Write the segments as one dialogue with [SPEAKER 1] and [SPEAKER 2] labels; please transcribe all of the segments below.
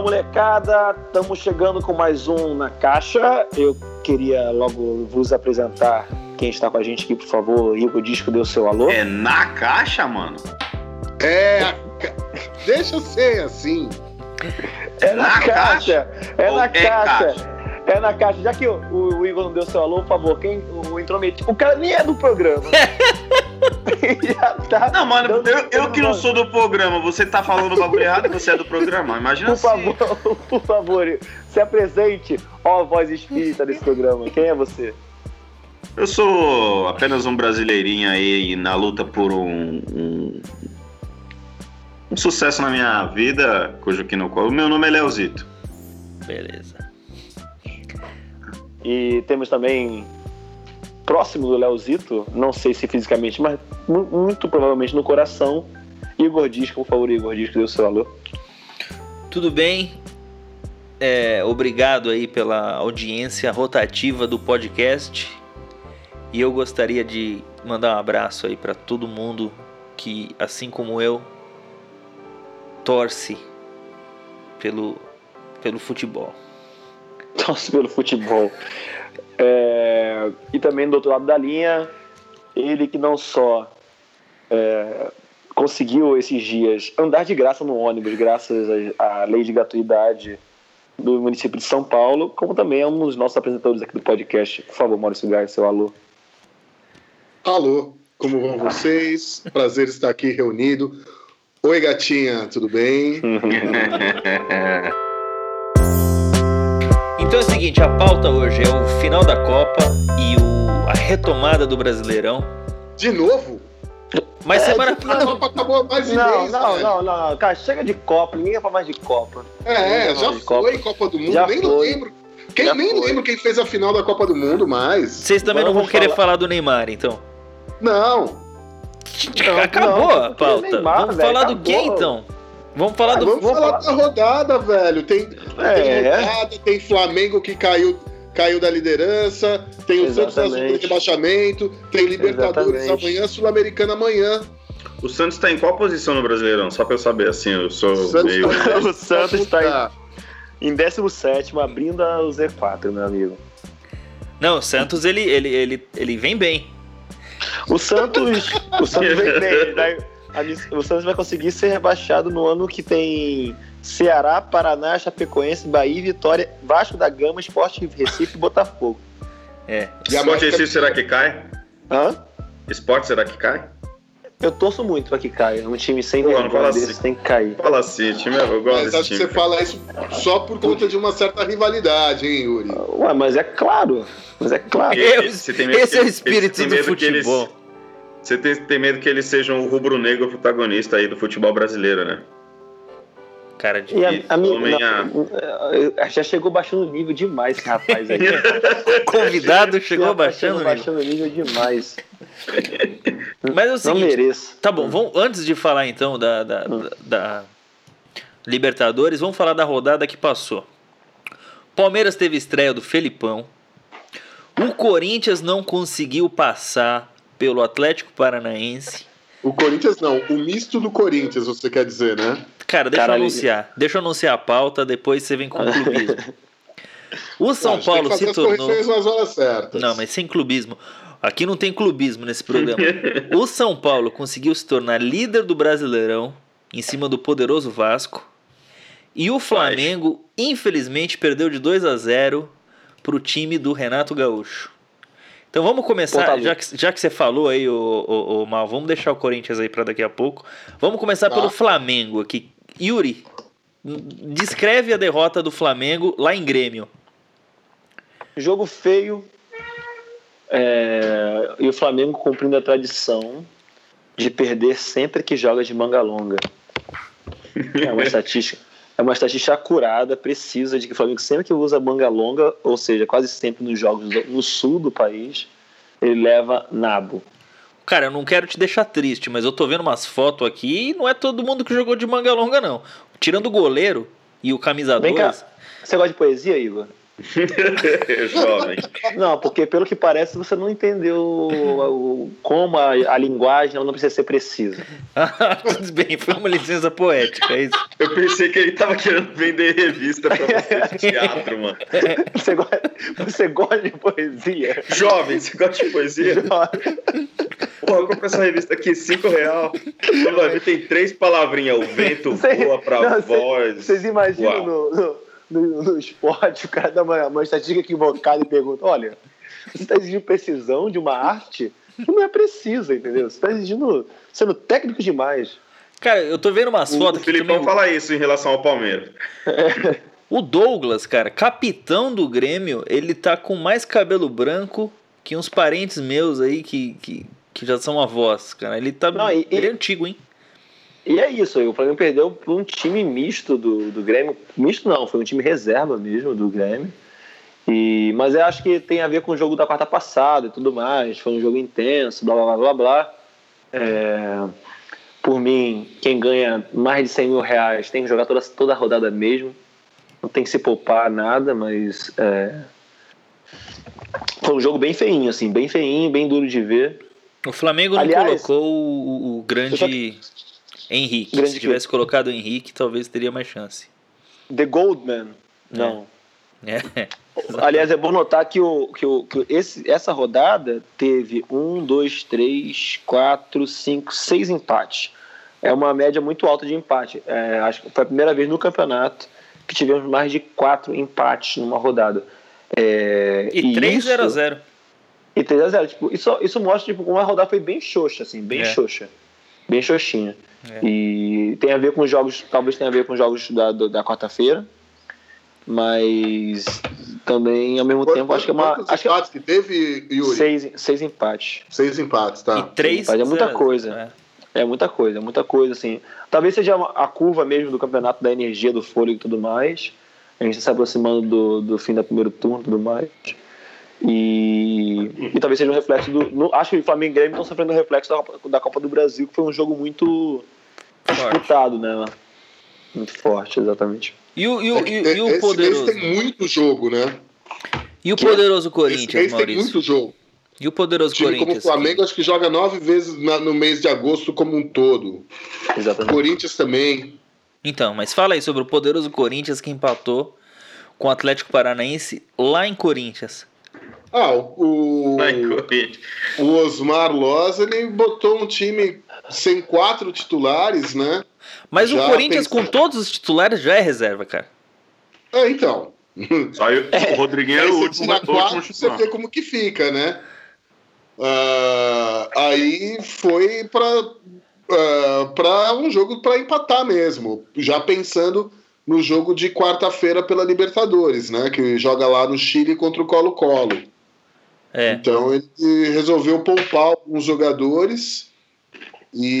[SPEAKER 1] molecada, estamos chegando com mais um na caixa. Eu queria logo vos apresentar quem está com a gente aqui, por favor. Igor Disco deu seu alô.
[SPEAKER 2] É na caixa, mano?
[SPEAKER 3] É. a ca- Deixa eu ser assim.
[SPEAKER 1] É na,
[SPEAKER 2] Na
[SPEAKER 1] caixa.
[SPEAKER 2] caixa?
[SPEAKER 1] É
[SPEAKER 2] Ou
[SPEAKER 1] na caixa. É na caixa. Já que o, o- o Igor não deu seu alô, por favor, quem o intrometido. O cara nem é do programa. Já tá.
[SPEAKER 2] Não, mano,
[SPEAKER 1] dando-
[SPEAKER 2] eu, eu que não sou do programa, você tá falando o bagulho errado e você é do programa. Imagina
[SPEAKER 1] Por
[SPEAKER 2] se-
[SPEAKER 1] favor, por favor, se apresente, ó a voz espírita desse programa. Quem é você?
[SPEAKER 2] Eu sou apenas um brasileirinho aí na luta por um, um, um sucesso na minha vida, cujo que não qual. Meu nome é Leozito.
[SPEAKER 4] Beleza.
[SPEAKER 1] E temos também próximo do Leozito, não sei se fisicamente, mas mu- muito provavelmente no coração. Igor Disco, por favor, Igor Disco, dê o seu alô.
[SPEAKER 4] Tudo bem? É, obrigado aí pela audiência rotativa do podcast. E eu gostaria de mandar um abraço aí para todo mundo que, assim como eu, torce pelo, pelo futebol.
[SPEAKER 1] Torce pelo futebol. É, e também do outro lado da linha, ele que não só é, conseguiu esses dias andar de graça no ônibus, graças à à lei de gratuidade do município de São Paulo, como também é um dos nossos apresentadores aqui do podcast. Por favor, Maurício Gás, seu alô.
[SPEAKER 3] Alô, como vão vocês? Prazer estar aqui reunido. Oi, gatinha, tudo bem?
[SPEAKER 4] Então é o seguinte, a pauta hoje é o final da Copa e o- a retomada do Brasileirão.
[SPEAKER 3] De novo?
[SPEAKER 4] Mas semana
[SPEAKER 3] A Copa acabou há mais de
[SPEAKER 1] Não,
[SPEAKER 3] mês, né?
[SPEAKER 1] não,
[SPEAKER 3] velho.
[SPEAKER 1] não, não, cara, chega de Copa, ninguém fala mais de Copa.
[SPEAKER 3] É, é, já
[SPEAKER 1] Não, de
[SPEAKER 3] foi Copa do Mundo,
[SPEAKER 1] Já
[SPEAKER 3] nem
[SPEAKER 1] foi.
[SPEAKER 3] lembro. Quem
[SPEAKER 1] Já
[SPEAKER 3] nem
[SPEAKER 1] foi.
[SPEAKER 3] lembro quem fez a final da Copa do Mundo mais.
[SPEAKER 4] Vocês também não vão
[SPEAKER 1] Vamos
[SPEAKER 4] querer
[SPEAKER 1] falar-
[SPEAKER 4] falar do Neymar, então.
[SPEAKER 3] Não.
[SPEAKER 4] acabou
[SPEAKER 1] não,
[SPEAKER 4] a
[SPEAKER 1] porque
[SPEAKER 4] pauta.
[SPEAKER 1] Neymar,
[SPEAKER 4] Vamos
[SPEAKER 1] velho,
[SPEAKER 4] falar do
[SPEAKER 1] acabou.
[SPEAKER 4] quê então? Vamos falar do.
[SPEAKER 3] Vamos
[SPEAKER 1] vamos
[SPEAKER 3] falar da rodada, velho. Tem, tem
[SPEAKER 1] É.
[SPEAKER 3] rodada, tem Flamengo que caiu, caiu da liderança, tem o Santos na zona de
[SPEAKER 1] Exatamente.
[SPEAKER 3] rebaixamento, tem Libertadores
[SPEAKER 1] Exatamente.
[SPEAKER 3] amanhã, Sul-Americana amanhã.
[SPEAKER 2] O Santos tá em qual posição no Brasileirão? Só pra eu saber, assim, eu sou
[SPEAKER 3] O Santos
[SPEAKER 2] meio...
[SPEAKER 3] tá-
[SPEAKER 1] O Santos está em
[SPEAKER 3] Tá.
[SPEAKER 1] Em 17, abrindo a- o Z4, meu amigo.
[SPEAKER 4] Não, o Santos ele, ele, ele, ele vem bem.
[SPEAKER 1] O Santos. o Santos vem bem. ele vai- a miss- o Santos vai conseguir ser rebaixado no ano que tem Ceará, Paraná, Chapecoense, Bahia, Vitória, Vasco da Gama, Esporte Recife e Botafogo.
[SPEAKER 4] É.
[SPEAKER 3] E a
[SPEAKER 2] Esporte
[SPEAKER 3] marca-
[SPEAKER 2] Recife será que cai?
[SPEAKER 1] Hã?
[SPEAKER 2] Esporte será que cai?
[SPEAKER 1] Eu torço muito pra que caia. Um time sem
[SPEAKER 2] Pô, não
[SPEAKER 1] vergonha
[SPEAKER 2] fala
[SPEAKER 1] desse
[SPEAKER 2] assim.
[SPEAKER 1] tem que cair.
[SPEAKER 2] Fala assim, time, eu gosto
[SPEAKER 3] Mas
[SPEAKER 2] desse
[SPEAKER 3] acho que
[SPEAKER 2] time.
[SPEAKER 3] você fala isso só por conta de uma certa rivalidade, hein, Yuri?
[SPEAKER 1] Ué, mas é claro. Mas é claro.
[SPEAKER 2] Porque
[SPEAKER 4] Eu-
[SPEAKER 2] você tem medo
[SPEAKER 4] esse
[SPEAKER 2] que-
[SPEAKER 4] é o espírito
[SPEAKER 2] você tem
[SPEAKER 4] do
[SPEAKER 2] medo que eles-
[SPEAKER 4] futebol.
[SPEAKER 2] Você tem, tem medo que eles sejam o rubro-negro protagonista aí do futebol brasileiro, né?
[SPEAKER 4] Cara de.
[SPEAKER 1] E a,
[SPEAKER 2] E
[SPEAKER 1] a minha-
[SPEAKER 2] tomem
[SPEAKER 4] é?
[SPEAKER 1] não, eh, já chegou baixando o nível demais esse rapaz aí.
[SPEAKER 4] Convidado
[SPEAKER 1] Já
[SPEAKER 4] chegou baixando.
[SPEAKER 1] chegou
[SPEAKER 4] amigo.
[SPEAKER 1] baixando o nível demais.
[SPEAKER 4] Mas é o
[SPEAKER 1] Não
[SPEAKER 4] seguinte.
[SPEAKER 1] mereço.
[SPEAKER 4] Tá bom, vamos, antes de falar então da, da,
[SPEAKER 1] Hum.
[SPEAKER 4] da- da Libertadores, vamos falar da rodada que passou. Palmeiras teve estreia do Felipão. O Corinthians não conseguiu passar pelo Atlético Paranaense.
[SPEAKER 3] O Corinthians não, o misto do Corinthians, você quer dizer, né?
[SPEAKER 4] Cara, deixa
[SPEAKER 1] Caralho.
[SPEAKER 4] eu anunciar. Deixa eu anunciar a pauta, depois você vem com o clubismo. O São
[SPEAKER 3] Ah, a gente
[SPEAKER 4] Paulo
[SPEAKER 3] tem que
[SPEAKER 4] se
[SPEAKER 3] fazer as
[SPEAKER 4] tornou.
[SPEAKER 3] correções nas horas certas.
[SPEAKER 4] Não, mas sem clubismo. Aqui não tem clubismo nesse programa. o São Paulo conseguiu se tornar líder do Brasileirão em cima do poderoso Vasco. E o Flamengo, infelizmente, perdeu de 2 a 0 pro time do Renato Gaúcho. Então vamos
[SPEAKER 1] Bom,
[SPEAKER 4] começar,
[SPEAKER 1] tá bom.
[SPEAKER 4] já que, já que você falou aí, o, Mal, vamos deixar o Corinthians aí pra daqui a pouco. Vamos começar
[SPEAKER 3] Tá.
[SPEAKER 4] pelo Flamengo aqui. Yuri, descreve a derrota do Flamengo lá em Grêmio.
[SPEAKER 1] Jogo feio. é, e o Flamengo cumprindo a tradição de perder sempre que joga de manga longa. É uma estatística. É uma estatística acurada, precisa de que o Flamengo sempre que usa manga longa, ou seja, quase sempre nos jogos do- no sul do país, ele leva nabo.
[SPEAKER 4] Cara, eu não quero te deixar triste, mas eu tô vendo umas fotos aqui e não é todo mundo que jogou de manga longa, não. Tirando o goleiro e o camisa
[SPEAKER 1] Vem cá.
[SPEAKER 4] 2,
[SPEAKER 1] Você gosta de poesia, Igor?
[SPEAKER 2] Jovem.
[SPEAKER 1] Não, porque pelo que parece você não entendeu o- o- como a, a linguagem ela não precisa ser precisa.
[SPEAKER 4] Ah, Tudo bem, foi uma licença poética, é isso.
[SPEAKER 2] Eu pensei que ele tava querendo vender revista pra você de teatro, mano.
[SPEAKER 1] Você gosta, você gosta de poesia?
[SPEAKER 2] Jovem, você gosta de poesia? Porra, compra essa revista aqui, cinco real. Quando vai ver, tem três palavrinhas. O vento
[SPEAKER 1] Cê-
[SPEAKER 2] voa pra
[SPEAKER 1] não, cê-
[SPEAKER 2] voz.
[SPEAKER 1] Vocês imaginam
[SPEAKER 2] Uau.
[SPEAKER 1] no, no, no, no esporte o cara dá uma, uma estatística equivocada e pergunta: olha, você está exigindo precisão de uma arte que não é precisa, entendeu? Você está exigindo sendo técnico demais.
[SPEAKER 4] Cara, eu tô vendo umas
[SPEAKER 2] O
[SPEAKER 4] fotos aqui
[SPEAKER 2] Filipão
[SPEAKER 4] também.
[SPEAKER 2] fala isso em relação ao Palmeiras.
[SPEAKER 4] O Douglas, cara, capitão do Grêmio, ele tá com mais cabelo branco que uns parentes meus aí que, que, que já são avós, cara. Ele tá.
[SPEAKER 1] Não, e-
[SPEAKER 4] ele é
[SPEAKER 1] e-
[SPEAKER 4] antigo, hein?
[SPEAKER 1] E é isso, aí, o Flamengo perdeu para um time misto do, do Grêmio. Misto não, foi um time reserva mesmo do Grêmio. E, mas eu acho que tem a ver com o jogo da quarta passada e tudo mais. Foi um jogo intenso, blá blá blá blá blá. É, por mim, quem ganha mais de 100 mil reais tem que jogar toda, toda a rodada mesmo. Não tem que se poupar nada, mas. é, foi um jogo bem feinho, assim, bem feinho, bem duro de ver.
[SPEAKER 4] O Flamengo não
[SPEAKER 1] Aliás-
[SPEAKER 4] colocou o, o- o grande Henrique.
[SPEAKER 1] Grande
[SPEAKER 4] Se
[SPEAKER 1] quê?
[SPEAKER 4] tivesse colocado o Henrique, talvez teria mais chance.
[SPEAKER 1] The Goldman. Não.
[SPEAKER 4] É.
[SPEAKER 1] Aliás, é bom notar que, o, que, o, que esse, essa rodada teve um, dois, três, quatro, cinco, seis empates. É uma média muito alta de empate. É, acho que foi a primeira vez no campeonato que tivemos mais de quatro empates numa rodada. É,
[SPEAKER 4] E 3
[SPEAKER 1] isso-
[SPEAKER 4] 0 0
[SPEAKER 1] E 3 a 0 Tipo, isso, isso mostra tipo, como a rodada foi bem xoxa, assim, bem
[SPEAKER 4] É.
[SPEAKER 1] xoxa. Bem xoxinha.
[SPEAKER 4] É.
[SPEAKER 1] E tem a ver com os jogos, talvez tenha a ver com os jogos da, da, da quarta-feira. Mas também, ao mesmo tempo, acho que é uma.
[SPEAKER 3] Quantos
[SPEAKER 1] Acho que é
[SPEAKER 3] empates que teve, Yuri? Seis,
[SPEAKER 1] seis, seis empates.
[SPEAKER 3] empates, tá?
[SPEAKER 4] E 3
[SPEAKER 1] Mas é muita
[SPEAKER 4] né?
[SPEAKER 1] coisa. É muita coisa, é muita coisa, assim. Talvez seja uma- a curva mesmo do campeonato, da energia, do fôlego e tudo mais. A gente tá se aproximando do, do fim da primeiro turno e tudo mais. E, e talvez seja um reflexo do. no- acho que o Flamengo e o Grêmio estão sofrendo o reflexo da Copa, da Copa do Brasil, que foi um jogo muito
[SPEAKER 4] Forte.
[SPEAKER 1] disputado, né? Muito forte, exatamente.
[SPEAKER 4] E o, e o, e, o- e
[SPEAKER 3] Esse-
[SPEAKER 4] o
[SPEAKER 3] esse
[SPEAKER 4] poderoso?
[SPEAKER 3] tem muito jogo, né?
[SPEAKER 4] E o poderoso
[SPEAKER 3] Esse mês
[SPEAKER 4] Corinthians,
[SPEAKER 3] tem
[SPEAKER 4] Maurício?
[SPEAKER 3] muito jogo.
[SPEAKER 4] E o poderoso
[SPEAKER 3] Um time como o
[SPEAKER 4] Corinthians?
[SPEAKER 3] Flamengo, acho que joga nove vezes na- no mês de agosto como um todo. O
[SPEAKER 1] Exatamente.
[SPEAKER 3] Corinthians também.
[SPEAKER 4] Então, mas fala aí sobre o poderoso Corinthians que empatou com o Atlético Paranaense lá em Corinthians.
[SPEAKER 3] Ah, o, o-
[SPEAKER 2] Vai, Corinthians.
[SPEAKER 3] o Osmar Loz, ele botou um time sem quatro titulares, né?
[SPEAKER 4] Mas o
[SPEAKER 3] Já
[SPEAKER 4] Corinthians
[SPEAKER 3] pensei.
[SPEAKER 4] com todos os titulares já é reserva, cara.
[SPEAKER 3] É, então.
[SPEAKER 2] Só eu-
[SPEAKER 1] É.
[SPEAKER 2] o Rodriguinho era é o
[SPEAKER 3] Aí você
[SPEAKER 2] último,
[SPEAKER 3] tira
[SPEAKER 2] o último
[SPEAKER 3] quatro, você
[SPEAKER 2] chutão.
[SPEAKER 3] vê como que fica, né? Ah, aí foi para para um jogo para empatar mesmo, já pensando no jogo de quarta-feira pela Libertadores, né? Que joga lá no Chile contra o Colo-Colo.
[SPEAKER 4] É.
[SPEAKER 3] Então ele resolveu poupar alguns jogadores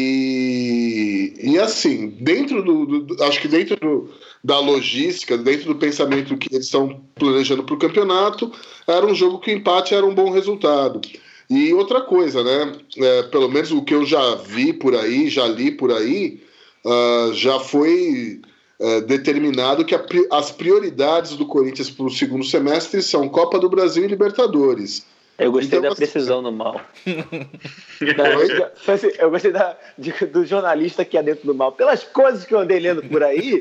[SPEAKER 3] e, e assim, dentro do, do- do- Acho que dentro do- da logística, dentro do pensamento que eles estão planejando para o campeonato, era um jogo que o empate era um bom resultado. E outra coisa, né? é, pelo menos o que eu já vi por aí, já li por aí, ah, já foi é, determinado que a pri- as prioridades do Corinthians para o segundo semestre são Copa do Brasil e Libertadores.
[SPEAKER 1] Eu gostei
[SPEAKER 3] Então
[SPEAKER 1] da
[SPEAKER 3] você-
[SPEAKER 1] precisão no mal. Não, assim, eu gostei da- de- do jornalista que é dentro do mal. Pelas coisas que eu andei lendo por aí,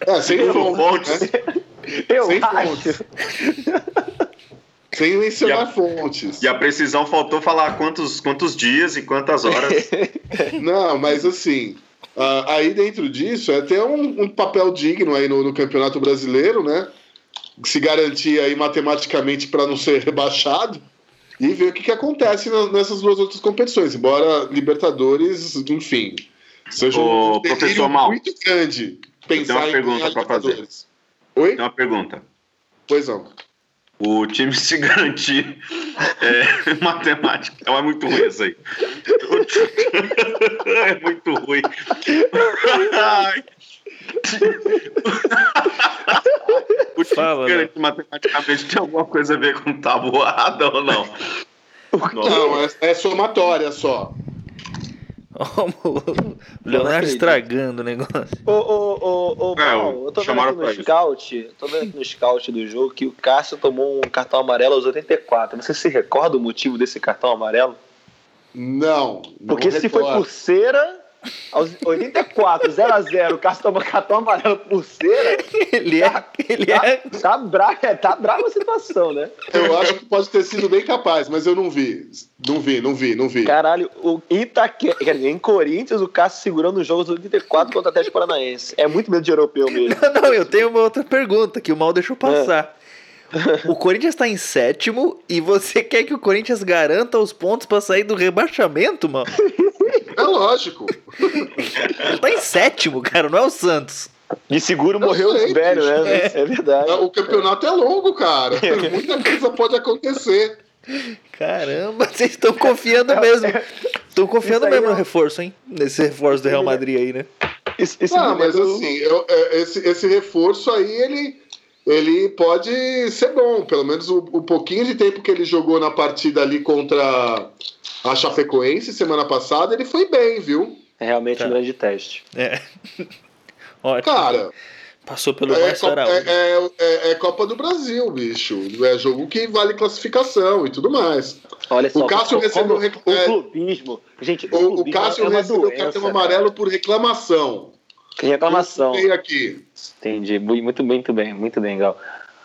[SPEAKER 3] É, sem
[SPEAKER 2] Bruno
[SPEAKER 3] fontes,
[SPEAKER 2] Fontes.
[SPEAKER 3] né?
[SPEAKER 1] eu
[SPEAKER 3] Sem
[SPEAKER 1] acho.
[SPEAKER 3] Sem mencionar
[SPEAKER 2] E a-
[SPEAKER 3] fontes.
[SPEAKER 2] E a precisão faltou falar quantos, quantos dias e quantas horas.
[SPEAKER 3] Não, mas assim, ah, aí dentro disso é ter um, um papel digno aí no, no Campeonato Brasileiro, né? Se garantir aí matematicamente para não ser rebaixado e ver o que, que acontece na- nessas duas outras competições. Embora Libertadores, enfim, seja
[SPEAKER 2] Ô,
[SPEAKER 3] um delírio
[SPEAKER 2] professor Mal,
[SPEAKER 3] muito grande
[SPEAKER 2] uma
[SPEAKER 3] pensar em
[SPEAKER 2] pergunta
[SPEAKER 3] ganhar
[SPEAKER 2] pra fazer.
[SPEAKER 3] Libertadores. Oi?
[SPEAKER 2] Tem uma pergunta.
[SPEAKER 3] Pois não.
[SPEAKER 2] O time se garantir é, matemática. É muito ruim isso aí. O ti- É muito ruim. Ai. O time
[SPEAKER 4] Fala,
[SPEAKER 2] se garantir matematicamente tem alguma coisa a ver com tabuada ou não?
[SPEAKER 3] Não, é, é somatória só.
[SPEAKER 4] o Leonardo estragando o negócio.
[SPEAKER 1] Ô, ô, ô, ô,
[SPEAKER 2] É,
[SPEAKER 1] Mal, eu tô vendo
[SPEAKER 2] chamaram
[SPEAKER 1] aqui
[SPEAKER 2] pra
[SPEAKER 1] no
[SPEAKER 2] isso.
[SPEAKER 1] scout, tô vendo aqui no scout do jogo que o Cássio tomou um cartão amarelo aos 84. Você se recorda o motivo desse cartão amarelo?
[SPEAKER 3] Não. não
[SPEAKER 1] Porque se foi
[SPEAKER 3] recordo.
[SPEAKER 1] pulseira, aos 84, 0x0, o Cássio tomou um cartão amarelo pulseira,
[SPEAKER 4] Ele é. Ele é.
[SPEAKER 1] tá, tá, bra- tá brava a situação, né?
[SPEAKER 3] Eu acho que pode ter sido bem capaz, mas eu não vi. Não vi, não vi, não vi.
[SPEAKER 1] Caralho, o Itaque... quer dizer, em Corinthians, o Cássio segurando os jogos do 84 contra o Atlético Paranaense. É muito medo de europeu mesmo.
[SPEAKER 4] Não, não, eu tenho uma outra pergunta que o mal deixou passar. O Corinthians tá em sétimo e você quer que o Corinthians garanta os pontos pra sair do rebaixamento, mano?
[SPEAKER 3] É lógico.
[SPEAKER 4] Ele tá em sétimo, cara, não é o Santos.
[SPEAKER 1] De seguro
[SPEAKER 3] Eu
[SPEAKER 1] morreu
[SPEAKER 3] sei,
[SPEAKER 1] os velhos, né?
[SPEAKER 4] É.
[SPEAKER 1] É verdade.
[SPEAKER 3] O campeonato é longo, cara.
[SPEAKER 1] É.
[SPEAKER 3] Muita coisa pode acontecer.
[SPEAKER 4] Caramba, vocês estão confiando mesmo. Estão confiando
[SPEAKER 1] Isso aí
[SPEAKER 4] mesmo no
[SPEAKER 1] é-
[SPEAKER 4] reforço, hein? Nesse reforço do Real Madrid aí, né?
[SPEAKER 1] Esse, esse um
[SPEAKER 3] Ah, mas
[SPEAKER 1] goleiro-
[SPEAKER 3] assim, eu- é, esse, esse reforço aí, ele, ele pode ser bom. Pelo menos o, o pouquinho de tempo que ele jogou na partida ali contra a Chapecoense semana passada, ele foi bem, viu?
[SPEAKER 1] É realmente
[SPEAKER 4] Tá.
[SPEAKER 1] um grande teste.
[SPEAKER 4] É. Ótimo.
[SPEAKER 3] Cara,
[SPEAKER 4] Passou pelo
[SPEAKER 3] é,
[SPEAKER 4] Márcio
[SPEAKER 3] Copa,
[SPEAKER 4] Araújo.
[SPEAKER 3] é- é- é- é Copa do Brasil, bicho. É jogo que vale classificação e tudo mais.
[SPEAKER 1] Olha só,
[SPEAKER 3] Cássio
[SPEAKER 1] como-
[SPEAKER 3] recebeu rec-
[SPEAKER 1] o
[SPEAKER 3] é.
[SPEAKER 1] clubismo. Gente, o,
[SPEAKER 3] O, o
[SPEAKER 1] clubismo
[SPEAKER 3] Cássio
[SPEAKER 1] é uma
[SPEAKER 3] recebeu
[SPEAKER 1] doença,
[SPEAKER 3] cartão
[SPEAKER 1] cara.
[SPEAKER 3] amarelo por reclamação.
[SPEAKER 1] Reclamação.
[SPEAKER 3] Eu citei aqui.
[SPEAKER 1] Entendi. Mu- Muito bem, muito bem, muito bem, Gal.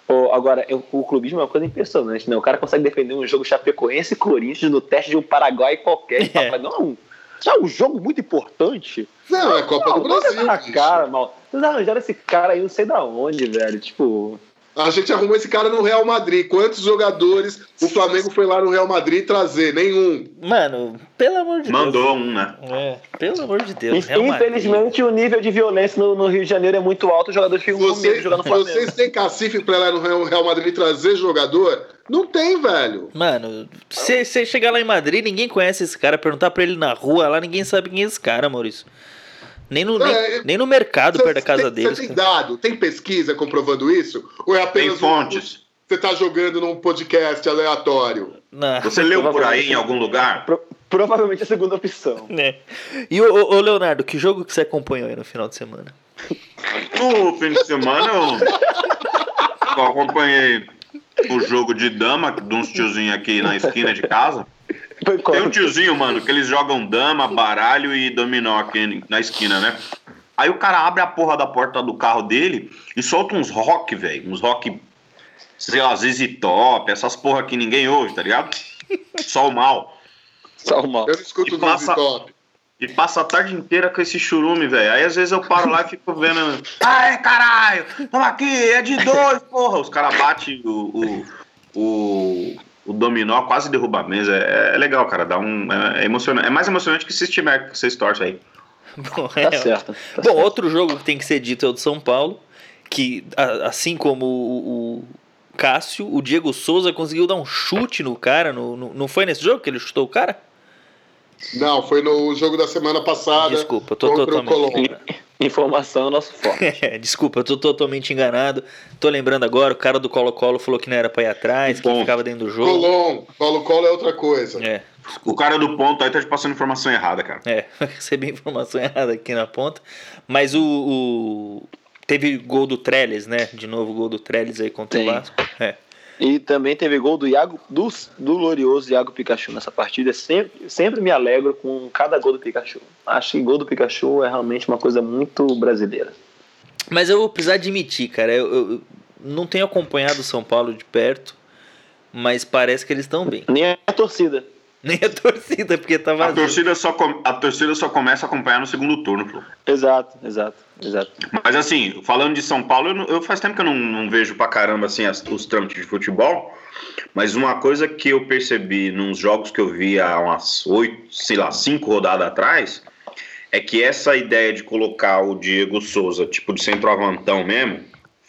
[SPEAKER 1] Ô, agora, eu- o clubismo é uma coisa impressionante, né? O cara consegue defender um jogo Chapecoense e Corinthians no teste de um Paraguai qualquer. e fala,
[SPEAKER 4] É.
[SPEAKER 1] "Mas Não, isso é um jogo muito importante.
[SPEAKER 3] Não, é Copa do
[SPEAKER 1] Não, você
[SPEAKER 3] Brasil.
[SPEAKER 1] tá na
[SPEAKER 3] bicho.
[SPEAKER 1] cara, mal. Vocês arranjaram esse cara aí, não sei da onde, velho. Tipo,
[SPEAKER 3] A gente arrumou esse cara no Real Madrid. Quantos jogadores o Flamengo foi lá no Real Madrid trazer? Nenhum.
[SPEAKER 4] Mano, pelo amor de
[SPEAKER 2] Mandou um, né?
[SPEAKER 4] Deus. É, pelo amor de Deus. Real Madrid.
[SPEAKER 1] infelizmente o nível de violência no, no Rio de Janeiro é muito alto, os jogadores ficam com medo de
[SPEAKER 3] Vocês,
[SPEAKER 1] jogar no Flamengo.
[SPEAKER 3] vocês têm cacife pra ir lá no Real- Real Madrid trazer jogador? Não tem, velho.
[SPEAKER 4] Mano, se você chegar lá em Madrid, ninguém conhece esse cara. Perguntar pra ele na rua lá, ninguém sabe quem é esse cara, Maurício. Nem no, nem,
[SPEAKER 3] É,
[SPEAKER 4] nem no mercado
[SPEAKER 3] Cê-
[SPEAKER 4] perto da casa
[SPEAKER 3] cê-
[SPEAKER 4] deles.
[SPEAKER 3] Cê tem
[SPEAKER 4] cara.
[SPEAKER 3] dado, tem pesquisa comprovando isso? Ou é
[SPEAKER 2] Tem
[SPEAKER 3] apenas
[SPEAKER 2] fontes.
[SPEAKER 3] você tá jogando num podcast aleatório?
[SPEAKER 4] Não,
[SPEAKER 2] Você leu por aí em algum lugar?
[SPEAKER 1] Pro- provavelmente a segunda opção.
[SPEAKER 4] né? E ô, ô, ô, Leonardo, que jogo que você acompanhou aí no final de semana?
[SPEAKER 2] No fim de semana eu, eu acompanhei o jogo de dama de uns tiozinhos aqui na esquina de casa.
[SPEAKER 1] Foi
[SPEAKER 2] Tem
[SPEAKER 1] qual?
[SPEAKER 2] um tiozinho, mano, que eles jogam dama, baralho e dominó aqui na esquina, né? Aí o cara abre a porra da porta do carro dele e solta uns rock, velho. Uns rock, sei lá, ZZ Top, essas porra que ninguém ouve, tá ligado? Só o mal.
[SPEAKER 1] Só o mal.
[SPEAKER 3] Eu não escuto
[SPEAKER 2] E
[SPEAKER 3] o
[SPEAKER 2] passa-
[SPEAKER 3] top.
[SPEAKER 2] E passa a tarde inteira com esse churume, velho. Aí às vezes eu paro lá e fico vendo. Ai, caralho! Vamos aqui, é de dois, porra! Os caras batem o, o, o, o dominó, quase derruba a mesa. É, é legal, cara. Dá um, é, é emocionante. É mais emocionante que esses times que vocês torcem aí.
[SPEAKER 4] Bom,
[SPEAKER 1] Tá
[SPEAKER 4] é,
[SPEAKER 1] certo.
[SPEAKER 4] Bom, outro jogo que tem que ser dito é o de São Paulo, que a- assim como o, o Cássio, o Diego Souza conseguiu dar um chute no cara. No, no- não foi nesse jogo que ele chutou o cara?
[SPEAKER 3] Não, foi no jogo da semana passada.
[SPEAKER 4] Desculpa, eu tô
[SPEAKER 3] contra o
[SPEAKER 4] totalmente.
[SPEAKER 3] Colômbia.
[SPEAKER 1] Informação é o nosso forte.
[SPEAKER 4] É, desculpa, eu tô totalmente enganado. Tô lembrando agora, o cara do Colo-Colo falou que não era pra ir atrás, que
[SPEAKER 2] Bom.
[SPEAKER 4] ficava dentro do jogo.
[SPEAKER 3] Colom, Colo-Colo é outra coisa.
[SPEAKER 4] É,
[SPEAKER 2] O cara do ponto aí tá te passando informação errada, cara.
[SPEAKER 4] é, recebi informação errada aqui na ponta. Mas o. o- Teve gol do Trellis, né? De novo, gol do Trellis aí contra o
[SPEAKER 1] Tem.
[SPEAKER 4] Vasco. É.
[SPEAKER 1] E também teve gol do Iago, do, do glorioso Iago Pikachu nessa partida. Sempre, sempre me alegro com cada gol do Pikachu. Acho que gol do Pikachu é realmente uma coisa muito brasileira.
[SPEAKER 4] Mas eu vou precisar admitir, cara. Eu, eu- eu não tenho acompanhado o São Paulo de perto, mas parece que eles estão bem.
[SPEAKER 1] Nem é a torcida.
[SPEAKER 4] Nem a torcida, porque tá
[SPEAKER 2] A
[SPEAKER 4] vazio.
[SPEAKER 2] torcida, só com- a torcida só começa a acompanhar no segundo turno, pô.
[SPEAKER 1] Exato, exato, exato.
[SPEAKER 2] Mas assim, falando de São Paulo, eu, não- eu faz tempo que eu não, não vejo pra caramba assim, as- os trâmites de futebol. Mas uma coisa que eu percebi nos jogos que eu vi há umas oito, sei lá, cinco rodadas atrás, é que essa ideia de colocar o Diego Souza, tipo de centroavantão mesmo,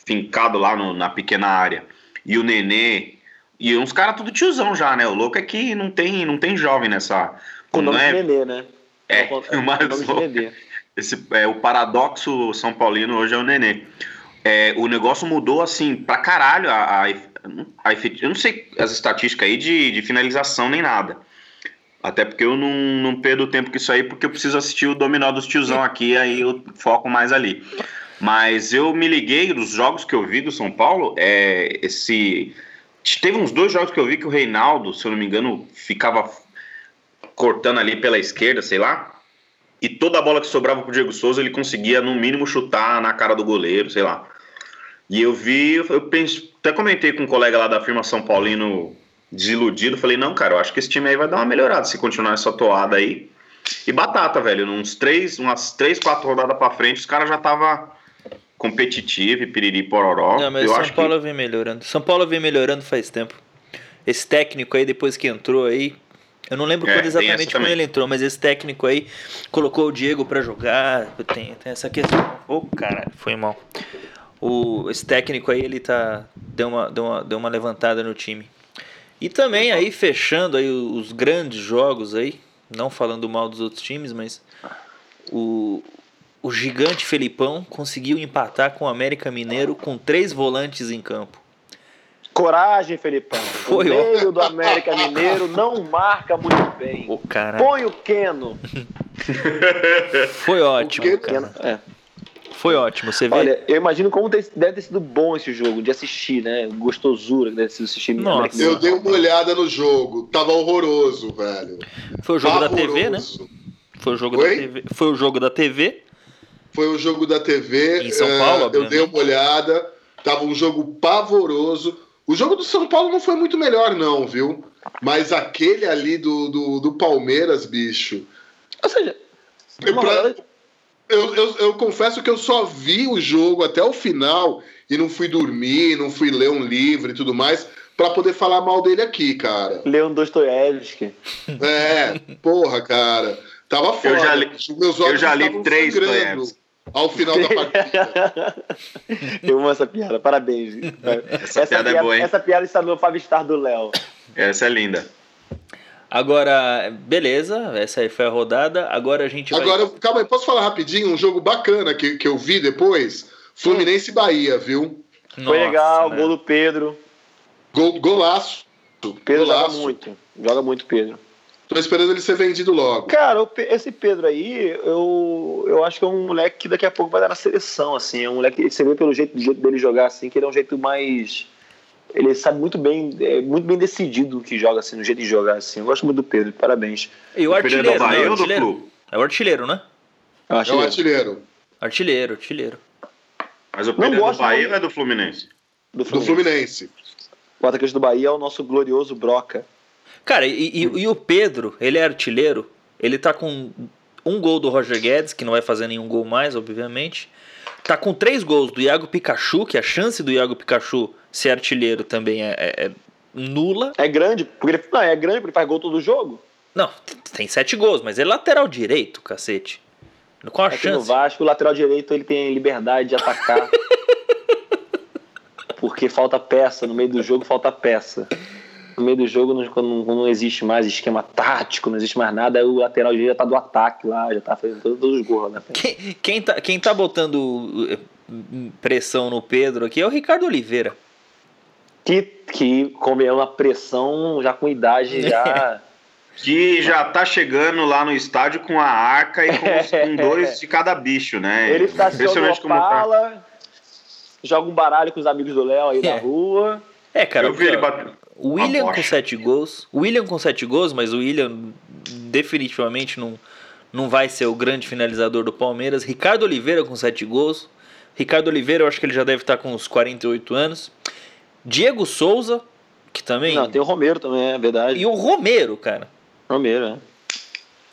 [SPEAKER 2] fincado lá no- na pequena área, e o Nenê, e uns caras tudo tiozão já, né? O louco é que não tem, não tem jovem nessa.
[SPEAKER 1] Com o
[SPEAKER 2] não
[SPEAKER 1] nome
[SPEAKER 2] é-
[SPEAKER 1] de Nenê, né?
[SPEAKER 2] É,
[SPEAKER 1] Com- com o
[SPEAKER 2] mas
[SPEAKER 1] nome de
[SPEAKER 2] o-
[SPEAKER 1] Nenê.
[SPEAKER 2] esse, é, o paradoxo São Paulino hoje é o Nenê. É, o negócio mudou assim pra caralho a, a, a efe- Eu não sei as estatísticas aí de, de finalização nem nada. Até porque eu não, não perdo tempo com isso aí, porque eu preciso assistir o Dominó dos Tiozão aqui, aí eu foco mais ali. Mas eu me liguei dos jogos que eu vi do São Paulo, é esse. Teve uns dois jogos que eu vi que o Reinaldo, se eu não me engano, ficava cortando ali pela esquerda, sei lá. E toda a bola que sobrava pro Diego Souza, ele conseguia, no mínimo, chutar na cara do goleiro, sei lá. E eu vi, eu penso, até comentei com um colega lá da firma São Paulino desiludido, falei, não, cara, eu acho que esse time aí vai dar uma melhorada se continuar essa toada aí. E batata, velho, uns três, umas três, quatro rodadas pra frente, os caras já tava competitivo, e piriri pororó.
[SPEAKER 4] Não, mas
[SPEAKER 2] eu
[SPEAKER 4] o São
[SPEAKER 2] acho
[SPEAKER 4] Paulo vem melhorando. São Paulo vem melhorando faz tempo. Esse técnico aí, depois que entrou aí. Eu não lembro
[SPEAKER 2] É,
[SPEAKER 4] quando
[SPEAKER 2] tem
[SPEAKER 4] exatamente
[SPEAKER 2] essa
[SPEAKER 4] quando
[SPEAKER 2] também.
[SPEAKER 4] ele entrou, mas esse técnico aí colocou o Diego pra jogar. Tem, tem essa questão. Ô, cara, foi mal. O, esse técnico aí, ele tá. Deu uma, deu, uma, deu uma levantada no time. E também aí, fechando aí os grandes jogos aí, não falando mal dos outros times, mas o, o gigante Felipão conseguiu empatar com o América Mineiro com três volantes em campo.
[SPEAKER 1] Coragem, Felipão.
[SPEAKER 4] Foi,
[SPEAKER 1] o
[SPEAKER 4] ó.
[SPEAKER 1] meio do América Mineiro não marca muito bem.
[SPEAKER 4] Ô, caralho.
[SPEAKER 1] Põe o Keno.
[SPEAKER 4] Foi ótimo,
[SPEAKER 3] Porque-
[SPEAKER 4] cara.
[SPEAKER 1] É.
[SPEAKER 4] Foi ótimo. Você vê.
[SPEAKER 1] Olha, eu imagino como te- deve ter sido bom esse jogo de assistir, né? Gostosura que deve ter sido assistir.
[SPEAKER 4] Nossa.
[SPEAKER 1] América
[SPEAKER 3] Eu
[SPEAKER 1] Mineiro.
[SPEAKER 3] dei uma olhada no jogo, tava horroroso, velho.
[SPEAKER 4] foi o jogo da TV, né?
[SPEAKER 3] Pavoroso.
[SPEAKER 4] Foi o jogo
[SPEAKER 3] Oi?
[SPEAKER 4] da TV. Foi o jogo da TV.
[SPEAKER 3] Foi o jogo da TV.
[SPEAKER 4] Em São
[SPEAKER 3] eh,
[SPEAKER 4] Paulo,
[SPEAKER 3] Eu
[SPEAKER 4] obviamente.
[SPEAKER 3] dei uma olhada. Tava um jogo pavoroso. O jogo do São Paulo não foi muito melhor, não, viu? Mas aquele ali do, do, do Palmeiras, bicho.
[SPEAKER 1] Ou seja,
[SPEAKER 3] Eu,
[SPEAKER 1] uma
[SPEAKER 3] pra-
[SPEAKER 1] hora-
[SPEAKER 3] eu, eu- eu confesso que eu só vi o jogo até o final e não fui dormir, não fui ler um livro e tudo mais pra poder falar mal dele aqui, cara.
[SPEAKER 1] Leon Dostoiévski.
[SPEAKER 3] É, porra, cara. Tava foda.
[SPEAKER 2] Eu já li-
[SPEAKER 3] Os Meus
[SPEAKER 2] eu já li
[SPEAKER 3] estavam
[SPEAKER 2] três
[SPEAKER 3] sangrando
[SPEAKER 2] Dostoiévski.
[SPEAKER 3] ao final da partida.
[SPEAKER 1] Eu amo essa piada, parabéns.
[SPEAKER 2] Essa, piada é boa, hein?
[SPEAKER 1] Essa piada está no Five Star do Léo.
[SPEAKER 2] Essa é linda.
[SPEAKER 4] Agora, beleza. Essa aí foi a rodada. Agora a gente vai.
[SPEAKER 3] Agora, calma aí, posso falar rapidinho? Um jogo bacana que, que eu vi depois? Fluminense e Bahia, viu?
[SPEAKER 1] Foi
[SPEAKER 4] Nossa,
[SPEAKER 1] legal,
[SPEAKER 4] né?
[SPEAKER 1] gol do Pedro.
[SPEAKER 3] Gol, golaço.
[SPEAKER 1] Pedro joga
[SPEAKER 3] golaço.
[SPEAKER 1] muito. Joga muito, Pedro.
[SPEAKER 3] Tô esperando ele ser vendido logo.
[SPEAKER 1] Cara, o Pe- esse Pedro aí, eu, eu acho que é um moleque que daqui a pouco vai dar na seleção, assim. É um moleque, você vê pelo jeito, do jeito dele jogar, assim, que ele é um jeito mais... Ele sabe muito bem, é muito bem decidido o que joga, assim, no jeito de jogar, assim. Eu gosto muito do Pedro, parabéns.
[SPEAKER 4] E o
[SPEAKER 2] O Pereira
[SPEAKER 4] artilheiro,
[SPEAKER 2] da
[SPEAKER 4] né?
[SPEAKER 2] Bahia
[SPEAKER 4] O
[SPEAKER 2] ou do
[SPEAKER 4] artilheiro.
[SPEAKER 2] Flu?
[SPEAKER 4] É o artilheiro, né?
[SPEAKER 1] Eu acho
[SPEAKER 3] É um
[SPEAKER 1] ele-
[SPEAKER 3] artilheiro
[SPEAKER 4] Artilheiro, artilheiro.
[SPEAKER 2] Mas o Pereira do
[SPEAKER 1] gosto,
[SPEAKER 2] Bahia
[SPEAKER 1] não.
[SPEAKER 2] ou é do Fluminense?
[SPEAKER 1] do
[SPEAKER 3] do
[SPEAKER 1] Fluminense.
[SPEAKER 3] Fluminense.
[SPEAKER 1] O atacante do Bahia é o nosso glorioso Broca.
[SPEAKER 4] Cara, e, e- e o Pedro, ele é artilheiro, ele tá com um gol do Roger Guedes, que não vai fazer nenhum gol mais, obviamente. Tá com três gols do Iago Pikachu, que a chance do Iago Pikachu ser artilheiro também é, é- é nula.
[SPEAKER 1] É grande, porque ele, não, é grande porque ele faz gol todo jogo.
[SPEAKER 4] Não, t- tem sete gols, mas é lateral direito, cacete. Qual a
[SPEAKER 1] Aqui no
[SPEAKER 4] chance?
[SPEAKER 1] Vasco, o lateral direito ele tem liberdade de atacar. porque falta peça, no meio do jogo falta peça. No meio do jogo, não- quando não, quando não existe mais esquema tático, não existe mais nada, aí o lateral direito já tá do ataque lá, já tá fazendo todos, todos os gols lá na frente.
[SPEAKER 4] Quem, quem tá, quem tá botando eh, pressão no Pedro aqui é o Ricardo Oliveira.
[SPEAKER 1] Que, que como é uma pressão já com idade, já.
[SPEAKER 2] Que já tá chegando lá no estádio com a arca e com, os- com dois de cada bicho, né?
[SPEAKER 1] ele estaciona o
[SPEAKER 2] como tá.
[SPEAKER 1] Opala, joga um baralho com os amigos do Léo aí
[SPEAKER 4] É.
[SPEAKER 1] na rua.
[SPEAKER 4] É, cara,
[SPEAKER 2] Eu vi ele
[SPEAKER 4] ó,
[SPEAKER 2] bater.
[SPEAKER 4] O William
[SPEAKER 2] Uma
[SPEAKER 4] com
[SPEAKER 2] bosta.
[SPEAKER 4] 7 gols. O William com 7 gols, mas o William definitivamente não, não vai ser o grande finalizador do Palmeiras. Ricardo Oliveira com 7 gols. Ricardo Oliveira, eu acho que ele já deve estar com uns 48 anos. Diego Souza, que também.
[SPEAKER 1] Não, tem o Romero também, é verdade.
[SPEAKER 4] E o Romero, cara.
[SPEAKER 1] Romero, né?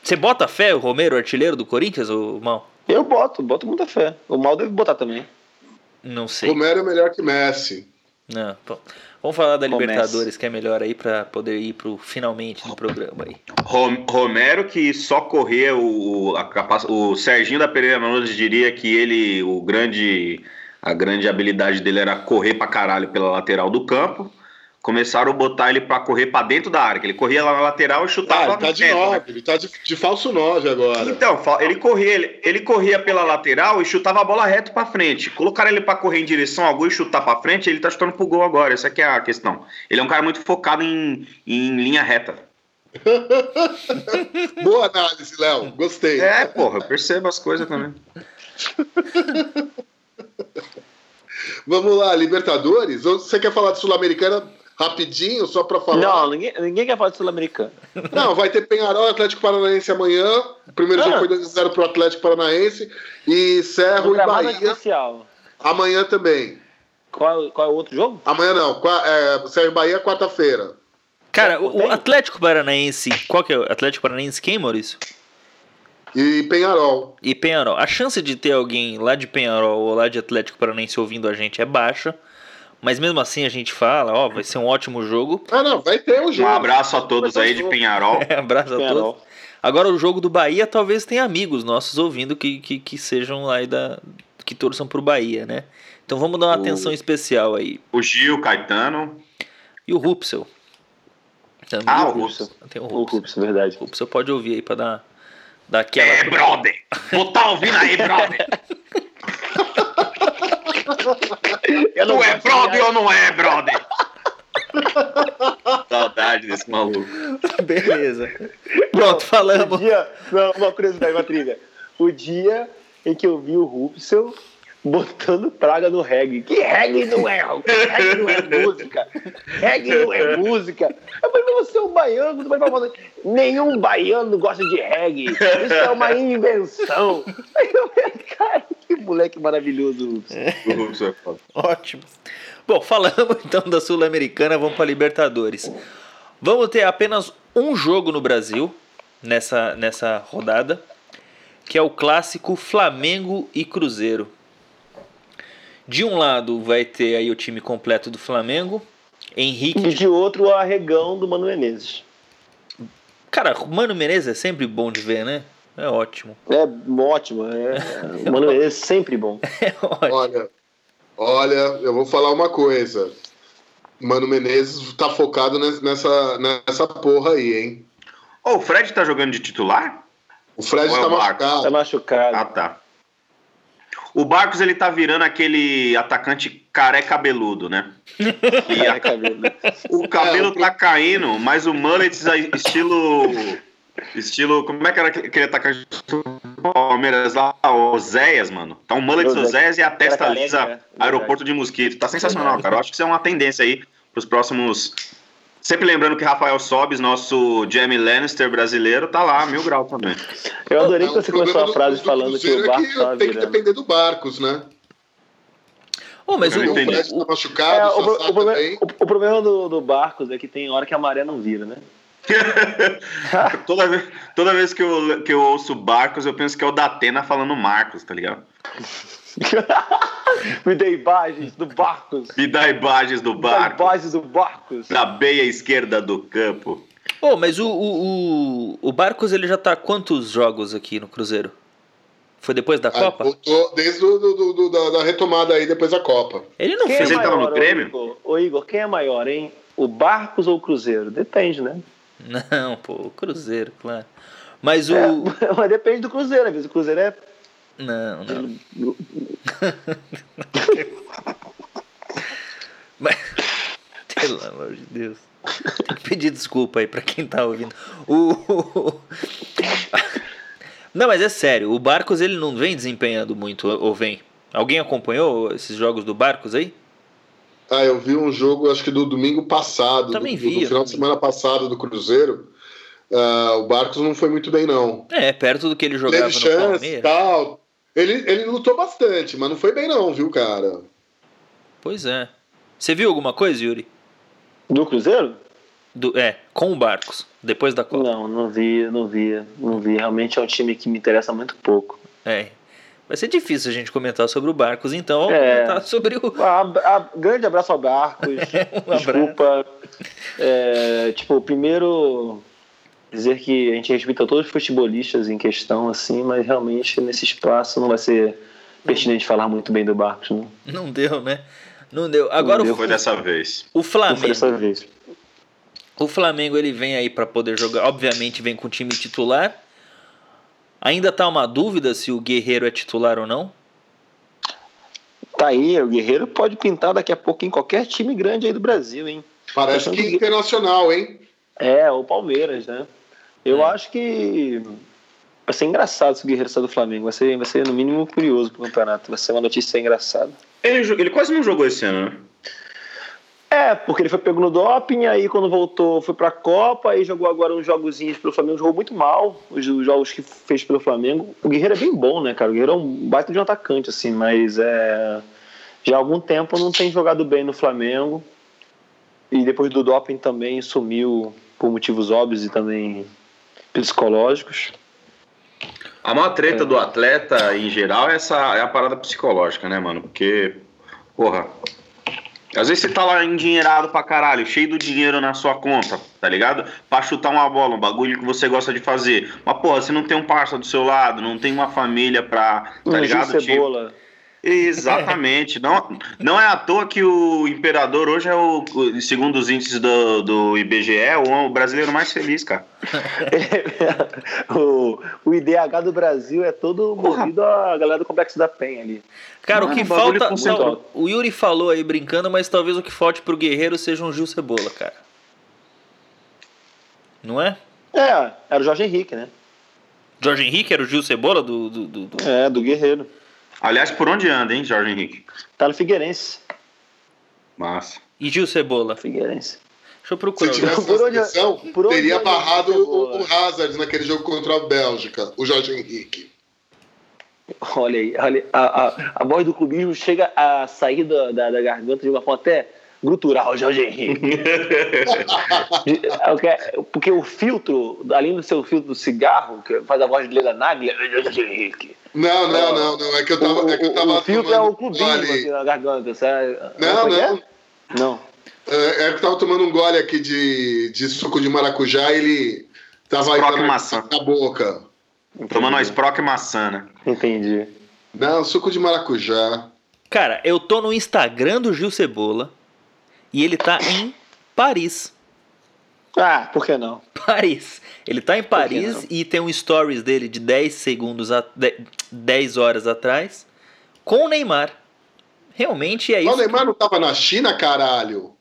[SPEAKER 4] Você bota fé o Romero, artilheiro do Corinthians, ou mal?
[SPEAKER 1] Eu boto, boto muita fé. O mal deve botar também.
[SPEAKER 4] Não sei.
[SPEAKER 3] Romero é melhor que Messi.
[SPEAKER 4] Não, bom. Vamos falar da
[SPEAKER 1] Comece.
[SPEAKER 4] Libertadores, que é melhor aí pra poder ir pro finalmente do programa aí.
[SPEAKER 2] Rom- Romero que só corria o, o- a capa- o Serginho da Pereira Nunes diria que ele o grande a grande habilidade dele era correr pra caralho pela lateral do campo. Começaram a botar ele pra correr pra dentro da área, que ele corria lá na lateral e
[SPEAKER 3] Ah,
[SPEAKER 2] chutava
[SPEAKER 3] ele tá de
[SPEAKER 2] reto, né?
[SPEAKER 3] 9, ele tá de, de falso 9 agora.
[SPEAKER 2] Então, fa- ele corria, ele, ele corria pela lateral e chutava a bola reto pra frente. Colocaram ele pra correr em direção ao gol e chutar pra frente, ele tá chutando pro gol agora. Essa que é a questão. Ele é um cara muito focado em, em linha reta.
[SPEAKER 3] Boa análise, Léo. Gostei.
[SPEAKER 2] É, porra, eu percebo as coisas também.
[SPEAKER 3] Vamos lá, Libertadores. Ou Você quer falar de Sul-Americana rapidinho, só pra falar?
[SPEAKER 1] Não, ninguém, ninguém quer falar de Sul-Americana.
[SPEAKER 3] Não, vai ter Penharol e Atlético Paranaense amanhã. O primeiro jogo
[SPEAKER 1] Ah.
[SPEAKER 3] foi 2x0 pro Atlético Paranaense. E
[SPEAKER 2] É
[SPEAKER 3] Cerro
[SPEAKER 1] No
[SPEAKER 3] e
[SPEAKER 1] gramado
[SPEAKER 3] Bahia
[SPEAKER 1] artificial.
[SPEAKER 3] amanhã também.
[SPEAKER 1] é Qual, qual é o outro jogo?
[SPEAKER 3] Amanhã não, qua- é, Cerro e Bahia quarta-feira.
[SPEAKER 4] Cara, o, o
[SPEAKER 1] Tem?
[SPEAKER 4] Atlético Paranaense. Qual que é o Atlético Paranaense? Quem, Maurício?
[SPEAKER 3] E Penharol.
[SPEAKER 4] E Penharol. A chance de ter alguém lá de Penharol ou lá de Atlético Paranaense ouvindo a gente é baixa. Mas mesmo assim a gente fala, ó, vai ser um ótimo jogo.
[SPEAKER 3] Ah, não, vai ter um
[SPEAKER 2] Um
[SPEAKER 3] jogo.
[SPEAKER 2] abraço a todos aí de Penharol.
[SPEAKER 4] Abraço a todos.
[SPEAKER 1] Penarol.
[SPEAKER 4] Agora o jogo do Bahia talvez tenha amigos nossos ouvindo que, que, que sejam lá e da. que torçam pro Bahia, né? Então vamos dar uma
[SPEAKER 2] O-
[SPEAKER 4] atenção especial aí.
[SPEAKER 2] O Gil, Caetano.
[SPEAKER 4] E o Rupsel. Também
[SPEAKER 2] Ah, o
[SPEAKER 4] Rupsel.
[SPEAKER 2] Russo.
[SPEAKER 4] Tem o
[SPEAKER 1] O
[SPEAKER 4] Rupsel.
[SPEAKER 1] Cups, verdade.
[SPEAKER 4] O Rupsel pode ouvir aí pra dar, dar aquela.
[SPEAKER 2] É, brother! Vou tá ouvindo aí, brother!
[SPEAKER 1] Eu
[SPEAKER 2] Tu é
[SPEAKER 1] gosto de
[SPEAKER 2] brother ou não é, brother? Saudade desse maluco.
[SPEAKER 4] Beleza. Pronto,
[SPEAKER 1] O
[SPEAKER 4] falamos.
[SPEAKER 1] dia, não, uma curiosidade, uma trilha. O dia em que eu vi o Rupsel botando praga no reggae. Que reggae não é, Raul? reggae não é música. Reggae não é música. Eu falei, mas você é um baiano, você vai falar, assim, nenhum baiano gosta de reggae. Isso é uma invenção. Aí eu falei, cara, que moleque maravilhoso, Rupsel.
[SPEAKER 2] O Rubens é foda.
[SPEAKER 4] Ótimo. Bom, falamos então da Sul-Americana, vamos para Libertadores. Vamos ter apenas um jogo no Brasil nessa, nessa rodada, que é o clássico Flamengo e Cruzeiro. De um lado vai ter aí o time completo do Flamengo, Henrique.
[SPEAKER 1] E de outro, o arregão do Mano Menezes.
[SPEAKER 4] Cara, Mano Menezes é sempre bom de ver, né? É ótimo.
[SPEAKER 1] É ótimo. É, o Mano Menezes é sempre bom.
[SPEAKER 4] É ótimo.
[SPEAKER 3] Olha, olha, eu vou falar uma coisa. Mano Menezes tá focado nes- nessa, nessa porra aí, hein?
[SPEAKER 2] Ô, o Fred tá jogando de titular?
[SPEAKER 3] O Fred
[SPEAKER 2] Olha
[SPEAKER 3] tá
[SPEAKER 2] é o Marcos.
[SPEAKER 1] Tá
[SPEAKER 3] machucado.
[SPEAKER 2] Ah,
[SPEAKER 1] machucado.
[SPEAKER 2] tá. O Barcos, ele tá virando aquele atacante careca cabeludo, né? E a-
[SPEAKER 1] Ai, cabelo. É,
[SPEAKER 2] o cabelo tá caindo, mas o mullet é estilo... Estilo... Como é que era aquele atacante do Palmeiras lá? O Zéias, mano. Tá um mullet do
[SPEAKER 1] Oséias.
[SPEAKER 2] Zéias e a testa
[SPEAKER 1] careca,
[SPEAKER 2] lisa,
[SPEAKER 1] né?
[SPEAKER 2] aeroporto de mosquito. Tá sensacional, cara. Eu acho que isso é uma tendência aí pros próximos... Sempre lembrando que Rafael Sobes, nosso Jamie Lannister brasileiro, tá lá, mil grau também.
[SPEAKER 1] Eu adorei
[SPEAKER 3] Ah,
[SPEAKER 1] que você
[SPEAKER 3] o problema
[SPEAKER 1] começou a
[SPEAKER 3] do-
[SPEAKER 1] frase
[SPEAKER 3] do
[SPEAKER 1] falando que
[SPEAKER 3] Cruzeiro
[SPEAKER 1] o
[SPEAKER 3] é
[SPEAKER 1] barco tava
[SPEAKER 3] Tem que
[SPEAKER 1] virando.
[SPEAKER 3] depender do Barcos, né?
[SPEAKER 4] Oh, mas
[SPEAKER 2] Eu
[SPEAKER 4] o,
[SPEAKER 3] o
[SPEAKER 2] entendi.
[SPEAKER 3] Fred tá
[SPEAKER 1] É,
[SPEAKER 3] machucado,
[SPEAKER 1] o,
[SPEAKER 3] o
[SPEAKER 1] pro-
[SPEAKER 3] Sassá
[SPEAKER 1] o problema,
[SPEAKER 3] também.
[SPEAKER 1] o- o problema do, do Barcos é que tem hora que a maré não vira, né?
[SPEAKER 2] Toda vez, toda vez que, eu, que eu ouço Barcos, eu penso que é o Datena falando Marcos, tá ligado?
[SPEAKER 1] Me dei imagens do Barcos.
[SPEAKER 2] Me dá imagens do
[SPEAKER 1] Me dei
[SPEAKER 2] Barcos,
[SPEAKER 1] imagens do Barcos.
[SPEAKER 2] na beia esquerda do campo.
[SPEAKER 4] oh, mas o, o, o, o Barcos ele já tá há quantos jogos aqui no Cruzeiro? Foi depois da
[SPEAKER 3] Ah,
[SPEAKER 4] Copa?
[SPEAKER 3] voltou desde o- do- do- do- da, da retomada aí depois da Copa.
[SPEAKER 4] Ele não
[SPEAKER 1] Quem é
[SPEAKER 4] fez.
[SPEAKER 2] Mas ele tava no
[SPEAKER 1] ô,
[SPEAKER 2] Grêmio?
[SPEAKER 1] Igor? Ô Igor, quem é maior, hein? O Barcos ou o Cruzeiro? Depende, né?
[SPEAKER 4] Não, pô, o Cruzeiro, claro. Mas o.
[SPEAKER 1] É, mas depende do Cruzeiro. Às vezes o Cruzeiro é.
[SPEAKER 4] Não, não. Mas... Pelo amor de Deus. Tem que pedir desculpa aí pra quem tá ouvindo. O. Não, mas é sério, o Barcos ele não vem desempenhando muito, ou vem? Alguém acompanhou esses jogos do Barcos aí?
[SPEAKER 3] Ah, eu vi um jogo, acho que do domingo passado.
[SPEAKER 4] Também
[SPEAKER 3] do,
[SPEAKER 4] vi,
[SPEAKER 3] do
[SPEAKER 4] eu
[SPEAKER 3] final de
[SPEAKER 4] também.
[SPEAKER 3] semana passado do Cruzeiro. Ah, o Barcos não foi muito bem, não.
[SPEAKER 4] É, perto do que ele jogava
[SPEAKER 3] Teve
[SPEAKER 4] no
[SPEAKER 3] chance tá. e
[SPEAKER 4] Palmeiras.
[SPEAKER 3] tal. Ele, ele lutou bastante, mas não foi bem, não, viu, cara?
[SPEAKER 4] Pois é. Você viu alguma coisa, Yuri?
[SPEAKER 1] Do Cruzeiro?
[SPEAKER 4] Do- é, com o Barcos, depois da Copa.
[SPEAKER 1] Não, não vi, não vi, não vi. Realmente é um time que me interessa muito pouco.
[SPEAKER 4] É. Vai ser difícil a gente comentar sobre o Barcos, então vamos
[SPEAKER 1] É.
[SPEAKER 4] comentar sobre o.
[SPEAKER 1] A- a- grande abraço ao Barcos.
[SPEAKER 4] Um abraço.
[SPEAKER 1] Desculpa. É, tipo, primeiro dizer que a gente respeita todos os futebolistas em questão, assim, mas realmente nesse espaço não vai ser pertinente falar muito bem do Barcos, né?
[SPEAKER 4] Não deu, né? Não deu. Agora
[SPEAKER 1] deu.
[SPEAKER 4] o,
[SPEAKER 2] Foi dessa vez.
[SPEAKER 4] o
[SPEAKER 1] Não foi
[SPEAKER 4] Flamengo.
[SPEAKER 1] dessa vez.
[SPEAKER 4] O Flamengo ele vem aí pra poder jogar. Obviamente vem com o time titular. Ainda tá uma dúvida se o Guerreiro é titular ou não.
[SPEAKER 1] Tá aí, o Guerreiro pode pintar daqui a pouco em qualquer time grande aí do Brasil, hein?
[SPEAKER 3] Parece
[SPEAKER 1] Achando
[SPEAKER 3] que
[SPEAKER 1] que-
[SPEAKER 3] internacional, hein?
[SPEAKER 1] É, o Palmeiras, né? Eu acho que vai ser engraçado se o Guerreiro sair do Flamengo. Vai ser, vai ser no mínimo curioso pro campeonato. Vai ser uma notícia engraçada.
[SPEAKER 2] Ele, jo- ele quase não jogou esse ano, né?
[SPEAKER 1] É, porque ele foi pego no doping, aí quando voltou foi pra Copa, aí jogou agora uns jogozinhos pelo Flamengo, jogou muito mal os, os jogos que fez pelo Flamengo. O Guerreiro é bem bom, né, cara? O Guerreiro é um baita de um atacante, assim, mas é. Já há algum tempo não tem jogado bem no Flamengo. E depois do doping também sumiu por motivos óbvios e também psicológicos.
[SPEAKER 2] A maior treta do atleta, em geral, é, essa, é a parada psicológica, né, mano? Porque, porra, às vezes você tá lá endinheirado pra caralho, cheio do dinheiro na sua conta, tá ligado? Pra chutar uma bola, um bagulho que você gosta de fazer. Mas, porra, você não tem um parça do seu lado, não tem uma família pra, tá
[SPEAKER 1] Um Gil
[SPEAKER 2] ligado? Tipo,
[SPEAKER 1] Cebola.
[SPEAKER 2] Exatamente. não, não é à toa que o Imperador hoje é o, o- segundo os índices do, do IBGE, é o, o brasileiro mais feliz, cara.
[SPEAKER 1] o, o IDH do Brasil é todo movido à galera do Complexo da Penha ali.
[SPEAKER 4] Cara, o
[SPEAKER 1] Ah,
[SPEAKER 2] Mano,
[SPEAKER 4] que
[SPEAKER 2] o bagulho
[SPEAKER 4] falta.
[SPEAKER 2] funciona.
[SPEAKER 4] não, o Yuri falou aí brincando, mas talvez o que falte pro Guerreiro seja um Gil Cebola, cara. Não é?
[SPEAKER 1] É, era o Jorge Henrique, né?
[SPEAKER 4] Jorge Henrique era o Gil Cebola do. do, do- do-
[SPEAKER 1] É, do Guerreiro.
[SPEAKER 2] Aliás, por onde anda, hein, Jorge Henrique?
[SPEAKER 1] Tá no Figueirense.
[SPEAKER 2] Massa.
[SPEAKER 4] E Gil Cebola?
[SPEAKER 1] Figueirense.
[SPEAKER 4] Deixa eu
[SPEAKER 3] Se
[SPEAKER 4] procurar. o-
[SPEAKER 1] tiver-
[SPEAKER 3] tivesse na
[SPEAKER 1] Por onde-
[SPEAKER 3] seleção,
[SPEAKER 1] por onde
[SPEAKER 3] teria
[SPEAKER 1] anda
[SPEAKER 3] barrado
[SPEAKER 1] essa bola?
[SPEAKER 3] o, o Hazard naquele jogo contra a Bélgica, o Jorge Henrique.
[SPEAKER 1] Olha aí, olha aí. a, a, a voz do clubismo chega a sair da, da, da garganta de uma forma até grutural, Jorge Henrique. Porque- Porque o filtro, além do seu filtro do cigarro, que faz a voz de Leila Naglia, é Jorge Henrique.
[SPEAKER 3] Não, não, não, não. É que eu tava.
[SPEAKER 1] o,
[SPEAKER 3] é que eu
[SPEAKER 1] o-
[SPEAKER 3] tava
[SPEAKER 1] o filtro
[SPEAKER 3] tomando
[SPEAKER 1] é o clubismo
[SPEAKER 3] um gole.
[SPEAKER 1] assim, na garganta. Sabe?
[SPEAKER 3] Não,
[SPEAKER 1] Como é que
[SPEAKER 3] não.
[SPEAKER 1] é? Não.
[SPEAKER 3] É, é que eu tava tomando um gole aqui de, de suco de maracujá e ele tava aí
[SPEAKER 2] Esproque
[SPEAKER 3] na-
[SPEAKER 2] maçã.
[SPEAKER 3] na boca.
[SPEAKER 2] Tomando uma Sprock e maçã, né?
[SPEAKER 1] Entendi.
[SPEAKER 3] Não, suco de maracujá.
[SPEAKER 4] Cara, eu tô no Instagram do Gil Cebola e ele tá em Paris.
[SPEAKER 1] Ah, por que não?
[SPEAKER 4] Paris. Ele tá em
[SPEAKER 1] não?
[SPEAKER 4] Paris e tem um stories dele de 10 segundos a, de- 10 horas atrás com o Neymar. Realmente é
[SPEAKER 3] Mas O
[SPEAKER 4] isso.
[SPEAKER 3] Neymar não tava na China, caralho.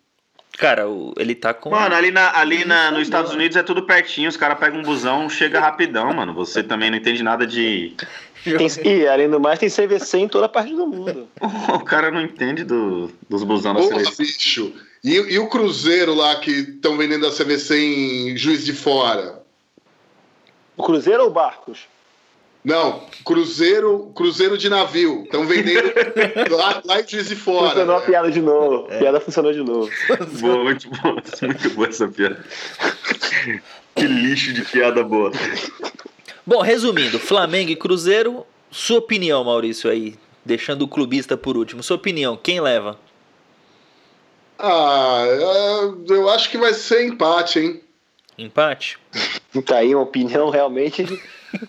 [SPEAKER 4] Cara, o- ele tá com
[SPEAKER 2] Mano, ali, na, ali na, nos
[SPEAKER 1] Isso,
[SPEAKER 2] Estados
[SPEAKER 1] mano.
[SPEAKER 2] Unidos é tudo pertinho, os caras pegam um busão, chega rapidão, mano. Você também não entende nada de.
[SPEAKER 1] Tem- e além do mais, tem CVC em toda parte do mundo.
[SPEAKER 2] O cara não entende do, dos busão da
[SPEAKER 3] Porra,
[SPEAKER 2] seleção.
[SPEAKER 3] bicho. E, e o Cruzeiro lá que estão vendendo a CVC em Juiz de Fora?
[SPEAKER 1] O Cruzeiro ou o Barcos?
[SPEAKER 3] Não, Cruzeiro, Cruzeiro de navio. Estão vendendo lá, lá em Juiz de Fora.
[SPEAKER 1] funcionou a piada de novo. A piada funcionou de novo.
[SPEAKER 2] Boa, muito boa. Muito boa essa piada. Que lixo de piada boa.
[SPEAKER 4] Bom, resumindo, Flamengo e Cruzeiro, sua opinião, Maurício, aí, deixando o clubista por último, sua opinião, quem leva?
[SPEAKER 3] Ah, é, eu acho que vai ser empate, hein?
[SPEAKER 4] Empate?
[SPEAKER 1] Tá aí uma opinião realmente.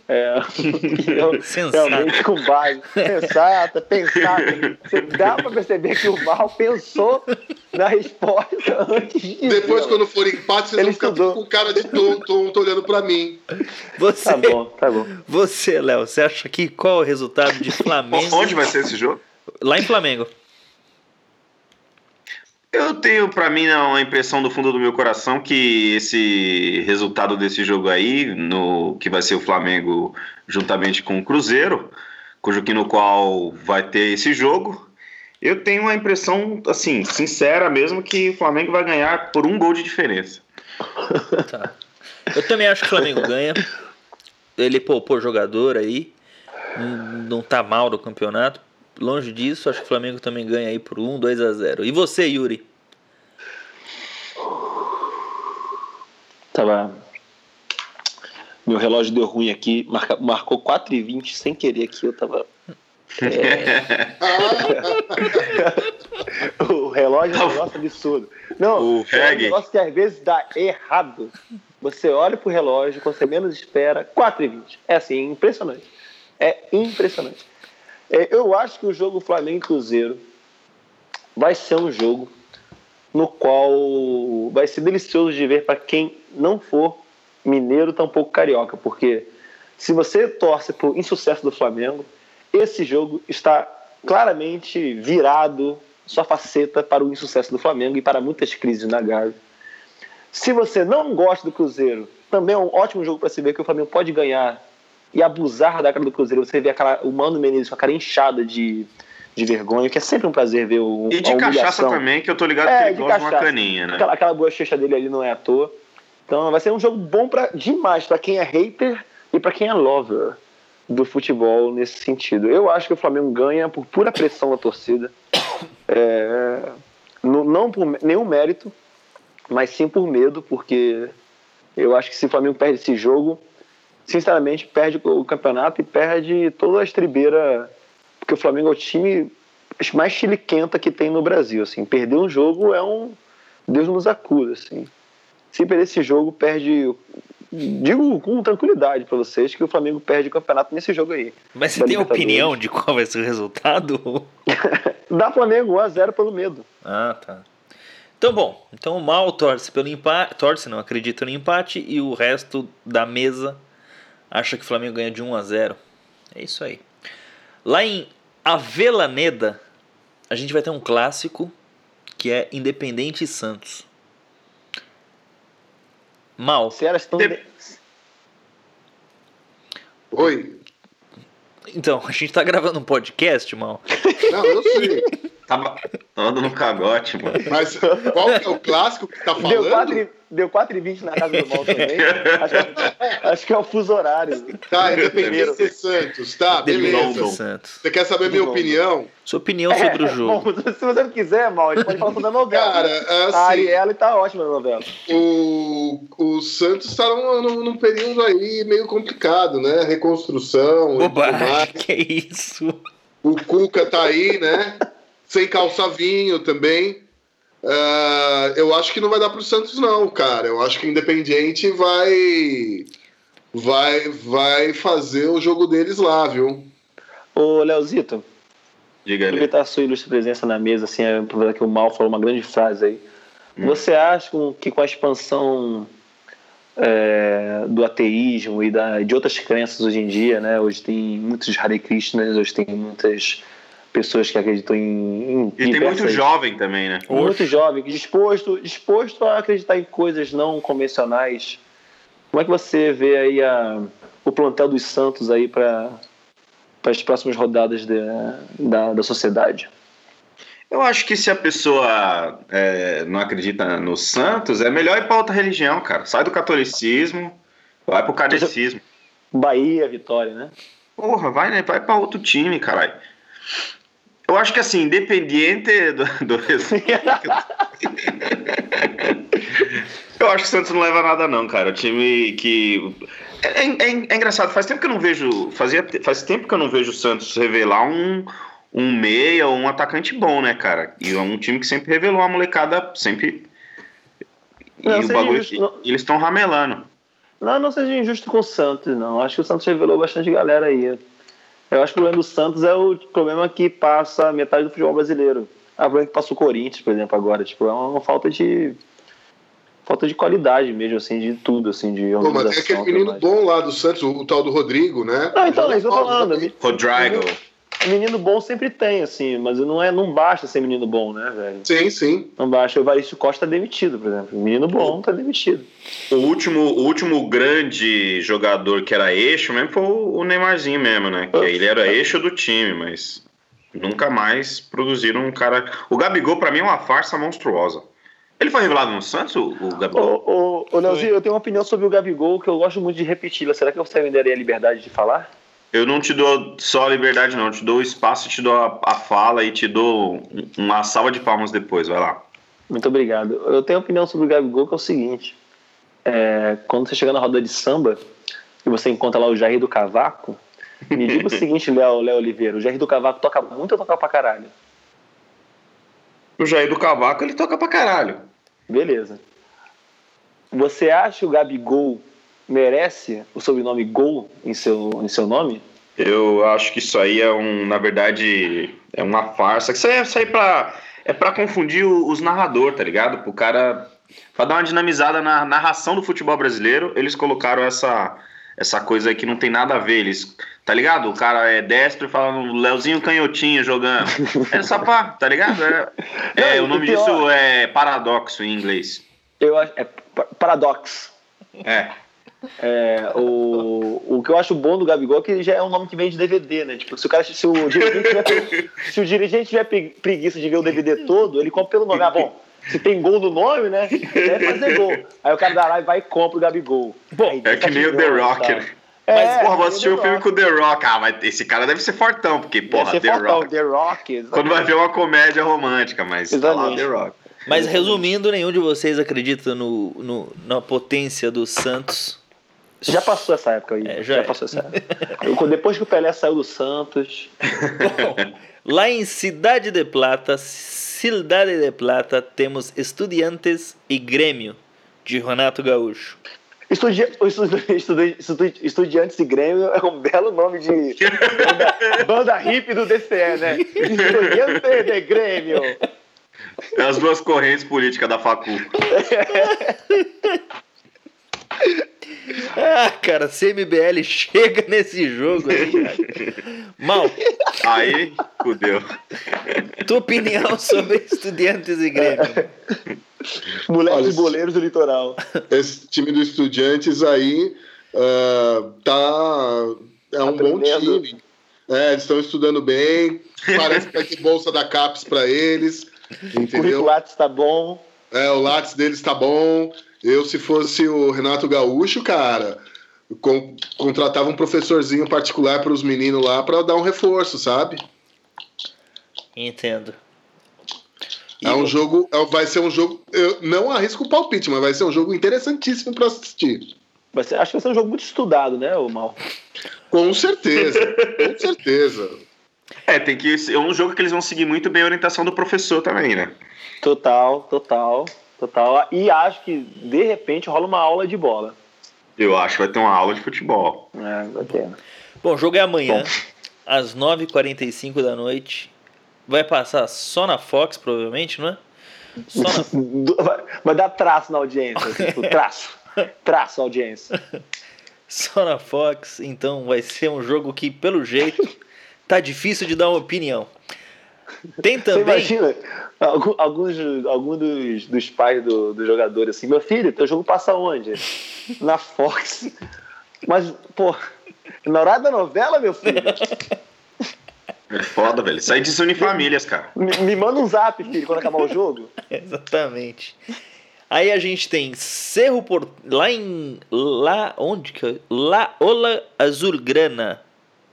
[SPEAKER 1] É, opinião
[SPEAKER 4] Sensata.
[SPEAKER 1] realmente com base. Sensata, pensada. Você dá pra perceber que o Mal pensou na resposta antes de. dizer.
[SPEAKER 3] Depois, quando for empate, vocês
[SPEAKER 1] Ele
[SPEAKER 3] vão ficar
[SPEAKER 1] estudou.
[SPEAKER 3] tudo com cara de tonto, tonto olhando pra mim.
[SPEAKER 4] Você,
[SPEAKER 1] Tá bom, tá bom.
[SPEAKER 4] você, Léo, você acha que qual é o resultado de Flamengo?
[SPEAKER 2] O- Onde vai ser esse jogo?
[SPEAKER 4] Lá em Flamengo.
[SPEAKER 2] Eu tenho pra mim não, a impressão do fundo do meu coração que esse resultado desse jogo aí, no que vai ser o Flamengo juntamente com o Cruzeiro, cujo que no qual vai ter esse jogo, eu tenho a impressão assim, sincera mesmo que o Flamengo vai ganhar por um gol de diferença.
[SPEAKER 4] Tá. Eu também acho que o Flamengo ganha. Ele poupou jogador aí. Não não tá mal do campeonato. Longe disso, acho que o Flamengo também ganha aí por 1, 2 a 0. E você, Yuri?
[SPEAKER 1] Tava. Meu relógio deu ruim aqui, marca- marcou 4h20 sem querer aqui, eu tava.
[SPEAKER 3] Ah,
[SPEAKER 1] O relógio é um negócio absurdo. Não,
[SPEAKER 2] O
[SPEAKER 1] é um
[SPEAKER 2] reggae.
[SPEAKER 1] negócio que às vezes dá errado. Você olha pro relógio, quando você menos espera, 4h20. É assim, impressionante. É impressionante. É, eu acho que o jogo Flamengo e Cruzeiro vai ser um jogo no qual vai ser delicioso de ver para quem não for mineiro, tampouco carioca, porque se você torce pro insucesso do Flamengo, esse jogo está claramente virado sua faceta para o insucesso do Flamengo e para muitas crises na Gávea. Se você não gosta do Cruzeiro, também é um ótimo jogo para se ver que o Flamengo pode ganhar e abusar da cara do Cruzeiro. Você vê a cara, o Mano Menezes com a cara inchada de, de vergonha, que é sempre um prazer ver o.
[SPEAKER 2] E de
[SPEAKER 1] a humilhação.
[SPEAKER 2] cachaça também, que eu tô ligado
[SPEAKER 1] É,
[SPEAKER 2] que ele
[SPEAKER 1] de
[SPEAKER 2] gosta de uma
[SPEAKER 1] cachaça.
[SPEAKER 2] caninha, né?
[SPEAKER 1] Aquela, aquela bochecha dele ali não é à toa. Então vai ser um jogo bom pra, demais para quem é hater e para quem é lover do futebol nesse sentido. Eu acho que o Flamengo ganha por pura pressão da torcida. É, no- não por nenhum mérito, mas sim por medo, porque eu acho que se o Flamengo perde esse jogo, sinceramente, perde o campeonato e perde toda a estribeira. Porque o Flamengo é o time mais chiliquenta que tem no Brasil. Assim. Perder um jogo é um. Deus nos acuda, assim. Se perder esse jogo, perde. Digo com tranquilidade pra vocês que o Flamengo perde o campeonato nesse jogo aí.
[SPEAKER 4] Mas você
[SPEAKER 1] Da
[SPEAKER 4] tem
[SPEAKER 1] Libertadores.
[SPEAKER 4] opinião de qual vai ser o resultado?
[SPEAKER 1] Dá Flamengo 1x0 pelo medo.
[SPEAKER 4] Ah, tá. Então, bom. Então o Mal torce pelo empate. Torce, não acredita no empate. E o resto da mesa acha que o Flamengo ganha de 1 a 0. É isso aí. Lá em Avelaneda, a gente vai ter um clássico que é Independente e Santos. Mal.
[SPEAKER 1] Ceará estão.
[SPEAKER 2] De-
[SPEAKER 3] Oi.
[SPEAKER 4] Então, a gente tá gravando um podcast, Mal.
[SPEAKER 3] Não, eu sei.
[SPEAKER 2] Tava todo no cagote, mano.
[SPEAKER 3] Mas qual que é o clássico que tá
[SPEAKER 1] Deu
[SPEAKER 3] falando?
[SPEAKER 1] 4,20 deu 4,20 na casa do mal também. acho, que, acho que é o fuso horário.
[SPEAKER 3] Tá, Independência e Santos, tá,
[SPEAKER 4] Independente
[SPEAKER 3] beleza.
[SPEAKER 4] e
[SPEAKER 2] London.
[SPEAKER 4] Santos.
[SPEAKER 3] Você quer saber minha opinião?
[SPEAKER 4] Sua opinião sobre o
[SPEAKER 1] É,
[SPEAKER 4] jogo.
[SPEAKER 1] bom, se você não quiser, mal, a gente pode falar sobre a novela.
[SPEAKER 3] Cara,
[SPEAKER 1] a
[SPEAKER 3] assim,
[SPEAKER 1] Ariela tá ótima na novela.
[SPEAKER 3] o, o Santos está num, num- num período aí meio complicado, né? Reconstrução, e tudo
[SPEAKER 4] Oba,
[SPEAKER 3] mais.
[SPEAKER 4] que é isso?
[SPEAKER 3] o Cuca tá aí, né? Sem calça vinho também. Ah, eu acho que não vai dar pro Santos, não, cara. Eu acho que o Independiente vai. Vai, vai fazer o jogo deles lá, viu?
[SPEAKER 1] Ô, Leozito,
[SPEAKER 2] Diga ali.
[SPEAKER 1] aproveitar a sua ilustre presença na mesa, assim, aproveitar que o Mal falou uma grande frase aí.
[SPEAKER 2] Hum.
[SPEAKER 1] Você acha com- que com a expansão é, do ateísmo e da, de outras crenças hoje em dia, né? Hoje tem muitos Hare Krishnas, hoje tem muitas pessoas que acreditam em, em
[SPEAKER 2] E tem muito
[SPEAKER 1] diversas-
[SPEAKER 2] jovem também, né?
[SPEAKER 1] muito jovem, é disposto, disposto a acreditar em coisas não convencionais. Como é que você vê aí a, o plantel dos Santos aí para as próximas rodadas de- da, da sociedade?
[SPEAKER 2] Eu acho que se a pessoa é, não acredita no Santos, é melhor ir pra outra religião, cara. Sai do catolicismo, vai pro kardecismo.
[SPEAKER 1] Bahia, Vitória, né?
[SPEAKER 2] Porra, vai, né? Vai pra outro time, caralho. Eu acho que assim, independente do, do resultado. eu acho que o Santos não leva nada, não, cara. O time que. É, é- é- é engraçado, faz tempo que eu não vejo. Fazia, faz tempo que eu não vejo o Santos revelar um, um meia ou um atacante bom, né, cara? E é um time que sempre revelou uma molecada, sempre. E
[SPEAKER 1] Não,
[SPEAKER 2] o
[SPEAKER 1] seja
[SPEAKER 2] bagulho.
[SPEAKER 1] justo, não.
[SPEAKER 2] e Eles estão ramelando.
[SPEAKER 1] Não, não seja injusto com o Santos, não. Acho que o Santos revelou bastante galera aí. Eu acho que o problema do Santos é o problema que passa metade do futebol brasileiro. Ah, o problema que passa o Corinthians, por exemplo, agora. Tipo, é uma falta de. Falta de qualidade mesmo, assim, de tudo, assim, de
[SPEAKER 3] Pô,
[SPEAKER 1] organização.
[SPEAKER 3] mas tem aquele
[SPEAKER 1] tudo
[SPEAKER 3] menino
[SPEAKER 1] mais.
[SPEAKER 3] bom lá do Santos, o, tal do Rodrigo, né?
[SPEAKER 1] Não, então,
[SPEAKER 3] Joga
[SPEAKER 1] é isso que eu tô
[SPEAKER 3] bola,
[SPEAKER 1] falando.
[SPEAKER 3] joga bem.
[SPEAKER 2] Rodrigo.
[SPEAKER 1] Menino bom sempre tem, assim, mas não, é, não basta ser menino bom, né, velho?
[SPEAKER 3] Sim, sim.
[SPEAKER 1] Não basta. O Evaristo Costa tá demitido, por exemplo. Menino bom tá demitido.
[SPEAKER 2] O último, o último grande jogador que era eixo mesmo foi o o Neymarzinho mesmo, né? Que ele era eixo do time, mas nunca mais produziram um cara. O Gabigol, pra mim, é uma farsa monstruosa. Ele foi revelado no Santos, o o Gabigol?
[SPEAKER 1] Ô, ô, ô Leozinho, eu tenho uma opinião sobre o Gabigol que eu gosto muito de repeti-la. Será que você me daria a liberdade de falar?
[SPEAKER 2] Eu não te dou só a liberdade, não. Eu te dou o espaço, te dou a, a fala e te dou um- uma salva de palmas depois. Vai lá.
[SPEAKER 1] Muito obrigado. Eu tenho uma opinião sobre o Gabigol que é o seguinte: É, quando você chega na roda de samba e você encontra lá o Jair do Cavaco, me diga o seguinte, Léo, Léo Oliveira: o Jair do Cavaco toca muito ou toca pra caralho?
[SPEAKER 2] O Jair do Cavaco, ele toca pra caralho.
[SPEAKER 1] Beleza. Você acha que o Gabigol merece o sobrenome Gol em seu, em seu nome?
[SPEAKER 2] Eu acho que isso aí é um, na verdade, é uma farsa. Isso aí é, isso aí pra, é pra confundir o- os narradores, tá ligado? Pro cara. Pra dar uma dinamizada na narração do futebol brasileiro, eles colocaram essa, essa coisa aí que não tem nada a ver. Eles, tá ligado? O cara é destro e fala no Leozinho Canhotinha jogando. É só pra, tá ligado? É, é,
[SPEAKER 1] Não,
[SPEAKER 2] o
[SPEAKER 1] e
[SPEAKER 2] nome
[SPEAKER 1] pior-
[SPEAKER 2] disso é paradoxo em inglês.
[SPEAKER 1] Eu acho. É, pa- Paradox.
[SPEAKER 2] É.
[SPEAKER 1] É, o, o que eu acho bom do Gabigol é que ele já é um nome que vem de DVD, né? Tipo, se o, cara, se o, dirigente, tiver, se o dirigente tiver pre- preguiça de ver o DVD todo, ele compra pelo nome. Ah, bom, se tem gol no nome, né? Deve fazer gol. Aí o cara da live vai e compra o Gabigol.
[SPEAKER 4] Bom,
[SPEAKER 1] Aí,
[SPEAKER 2] É que nem o The
[SPEAKER 1] 17 milhões,
[SPEAKER 2] Rock.
[SPEAKER 1] tá?
[SPEAKER 2] né?
[SPEAKER 1] É,
[SPEAKER 2] Mas, porra,
[SPEAKER 1] que
[SPEAKER 2] vou
[SPEAKER 1] nem o
[SPEAKER 2] assistir
[SPEAKER 1] The
[SPEAKER 2] o filme
[SPEAKER 1] Rock.
[SPEAKER 2] com o The Rock. Ah, mas esse cara deve ser fortão, porque, porra,
[SPEAKER 1] Deve ser
[SPEAKER 2] The
[SPEAKER 1] fortão,
[SPEAKER 2] Rock.
[SPEAKER 1] The Rock.
[SPEAKER 2] Quando vai ver uma comédia romântica, mas tá lá,
[SPEAKER 1] Exatamente.
[SPEAKER 2] The Rock.
[SPEAKER 4] Mas resumindo, nenhum de vocês acredita no, no- na potência do Santos.
[SPEAKER 1] Já passou essa época aí.
[SPEAKER 4] É, já
[SPEAKER 1] já
[SPEAKER 4] é.
[SPEAKER 1] passou essa época. Eu- Depois que o Pelé saiu do Santos.
[SPEAKER 4] Bom, lá em Cidade de Plata, Cidade de Plata, temos Estudiantes e Grêmio, de Renato Gaúcho.
[SPEAKER 1] Estudi... estu- estu- estu- Estudiantes e Grêmio é um belo nome de banda, banda hippie do DCE, né? Estudiantes de Grêmio.
[SPEAKER 2] É as duas correntes políticas da facu.
[SPEAKER 4] Ah, cara, CMBL chega nesse jogo aí, cara. Mal,
[SPEAKER 2] Aí, fudeu.
[SPEAKER 4] tua opinião sobre Estudiantes e Grêmio?
[SPEAKER 1] Moleques
[SPEAKER 3] Olha,
[SPEAKER 1] de boleiros do litoral.
[SPEAKER 3] Esse time do Estudiantes aí ah, tá. É um bom
[SPEAKER 1] Aprendendo.
[SPEAKER 3] time. É, eles estão estudando bem. Parece que vai ter bolsa da CAPES para eles.
[SPEAKER 1] O
[SPEAKER 3] Entendeu?
[SPEAKER 1] Curriculates tá bom.
[SPEAKER 3] É, o Lattes deles tá bom. Eu, se fosse o Renato Gaúcho, cara, con- contratava um professorzinho particular para os meninos lá para dar um reforço, sabe?
[SPEAKER 4] Entendo. E
[SPEAKER 3] É um
[SPEAKER 4] o-
[SPEAKER 3] jogo, é- vai ser um jogo. Eu não arrisco o palpite, mas vai ser um jogo interessantíssimo para assistir.
[SPEAKER 1] Vai ser- acho que vai ser um jogo muito estudado, né, o Mal?
[SPEAKER 3] Com certeza, com certeza.
[SPEAKER 2] É, tem que. É um jogo que eles vão seguir muito bem a orientação do professor também, né?
[SPEAKER 1] Total, total, total. E acho que, de repente, rola uma aula de bola.
[SPEAKER 2] Eu acho que vai ter uma aula de futebol.
[SPEAKER 1] É, vai ter.
[SPEAKER 4] Bom, o jogo é amanhã, às 9h45 da noite. Vai passar só na Fox, provavelmente, não é? Só na
[SPEAKER 1] Do- Vai, vai dar traço na audiência. assim, tipo, traço. Traço na audiência.
[SPEAKER 4] Só na Fox, então vai ser um jogo que, pelo jeito, tá difícil de dar uma opinião. Tem
[SPEAKER 1] Você
[SPEAKER 4] também.
[SPEAKER 1] imagina algum- alguns, alguns dos, dos pais do- dos jogadores assim, meu filho, teu jogo passa onde? Na Fox. Mas, pô, na horário da novela, meu filho,
[SPEAKER 2] É foda, velho. Sai de famílias, cara.
[SPEAKER 1] me, me manda um zap, filho, quando acabar o jogo.
[SPEAKER 4] Exatamente. Aí a gente tem Cerro Porto. Lá em. Lá onde que eu. Lá Ola Azulgrana.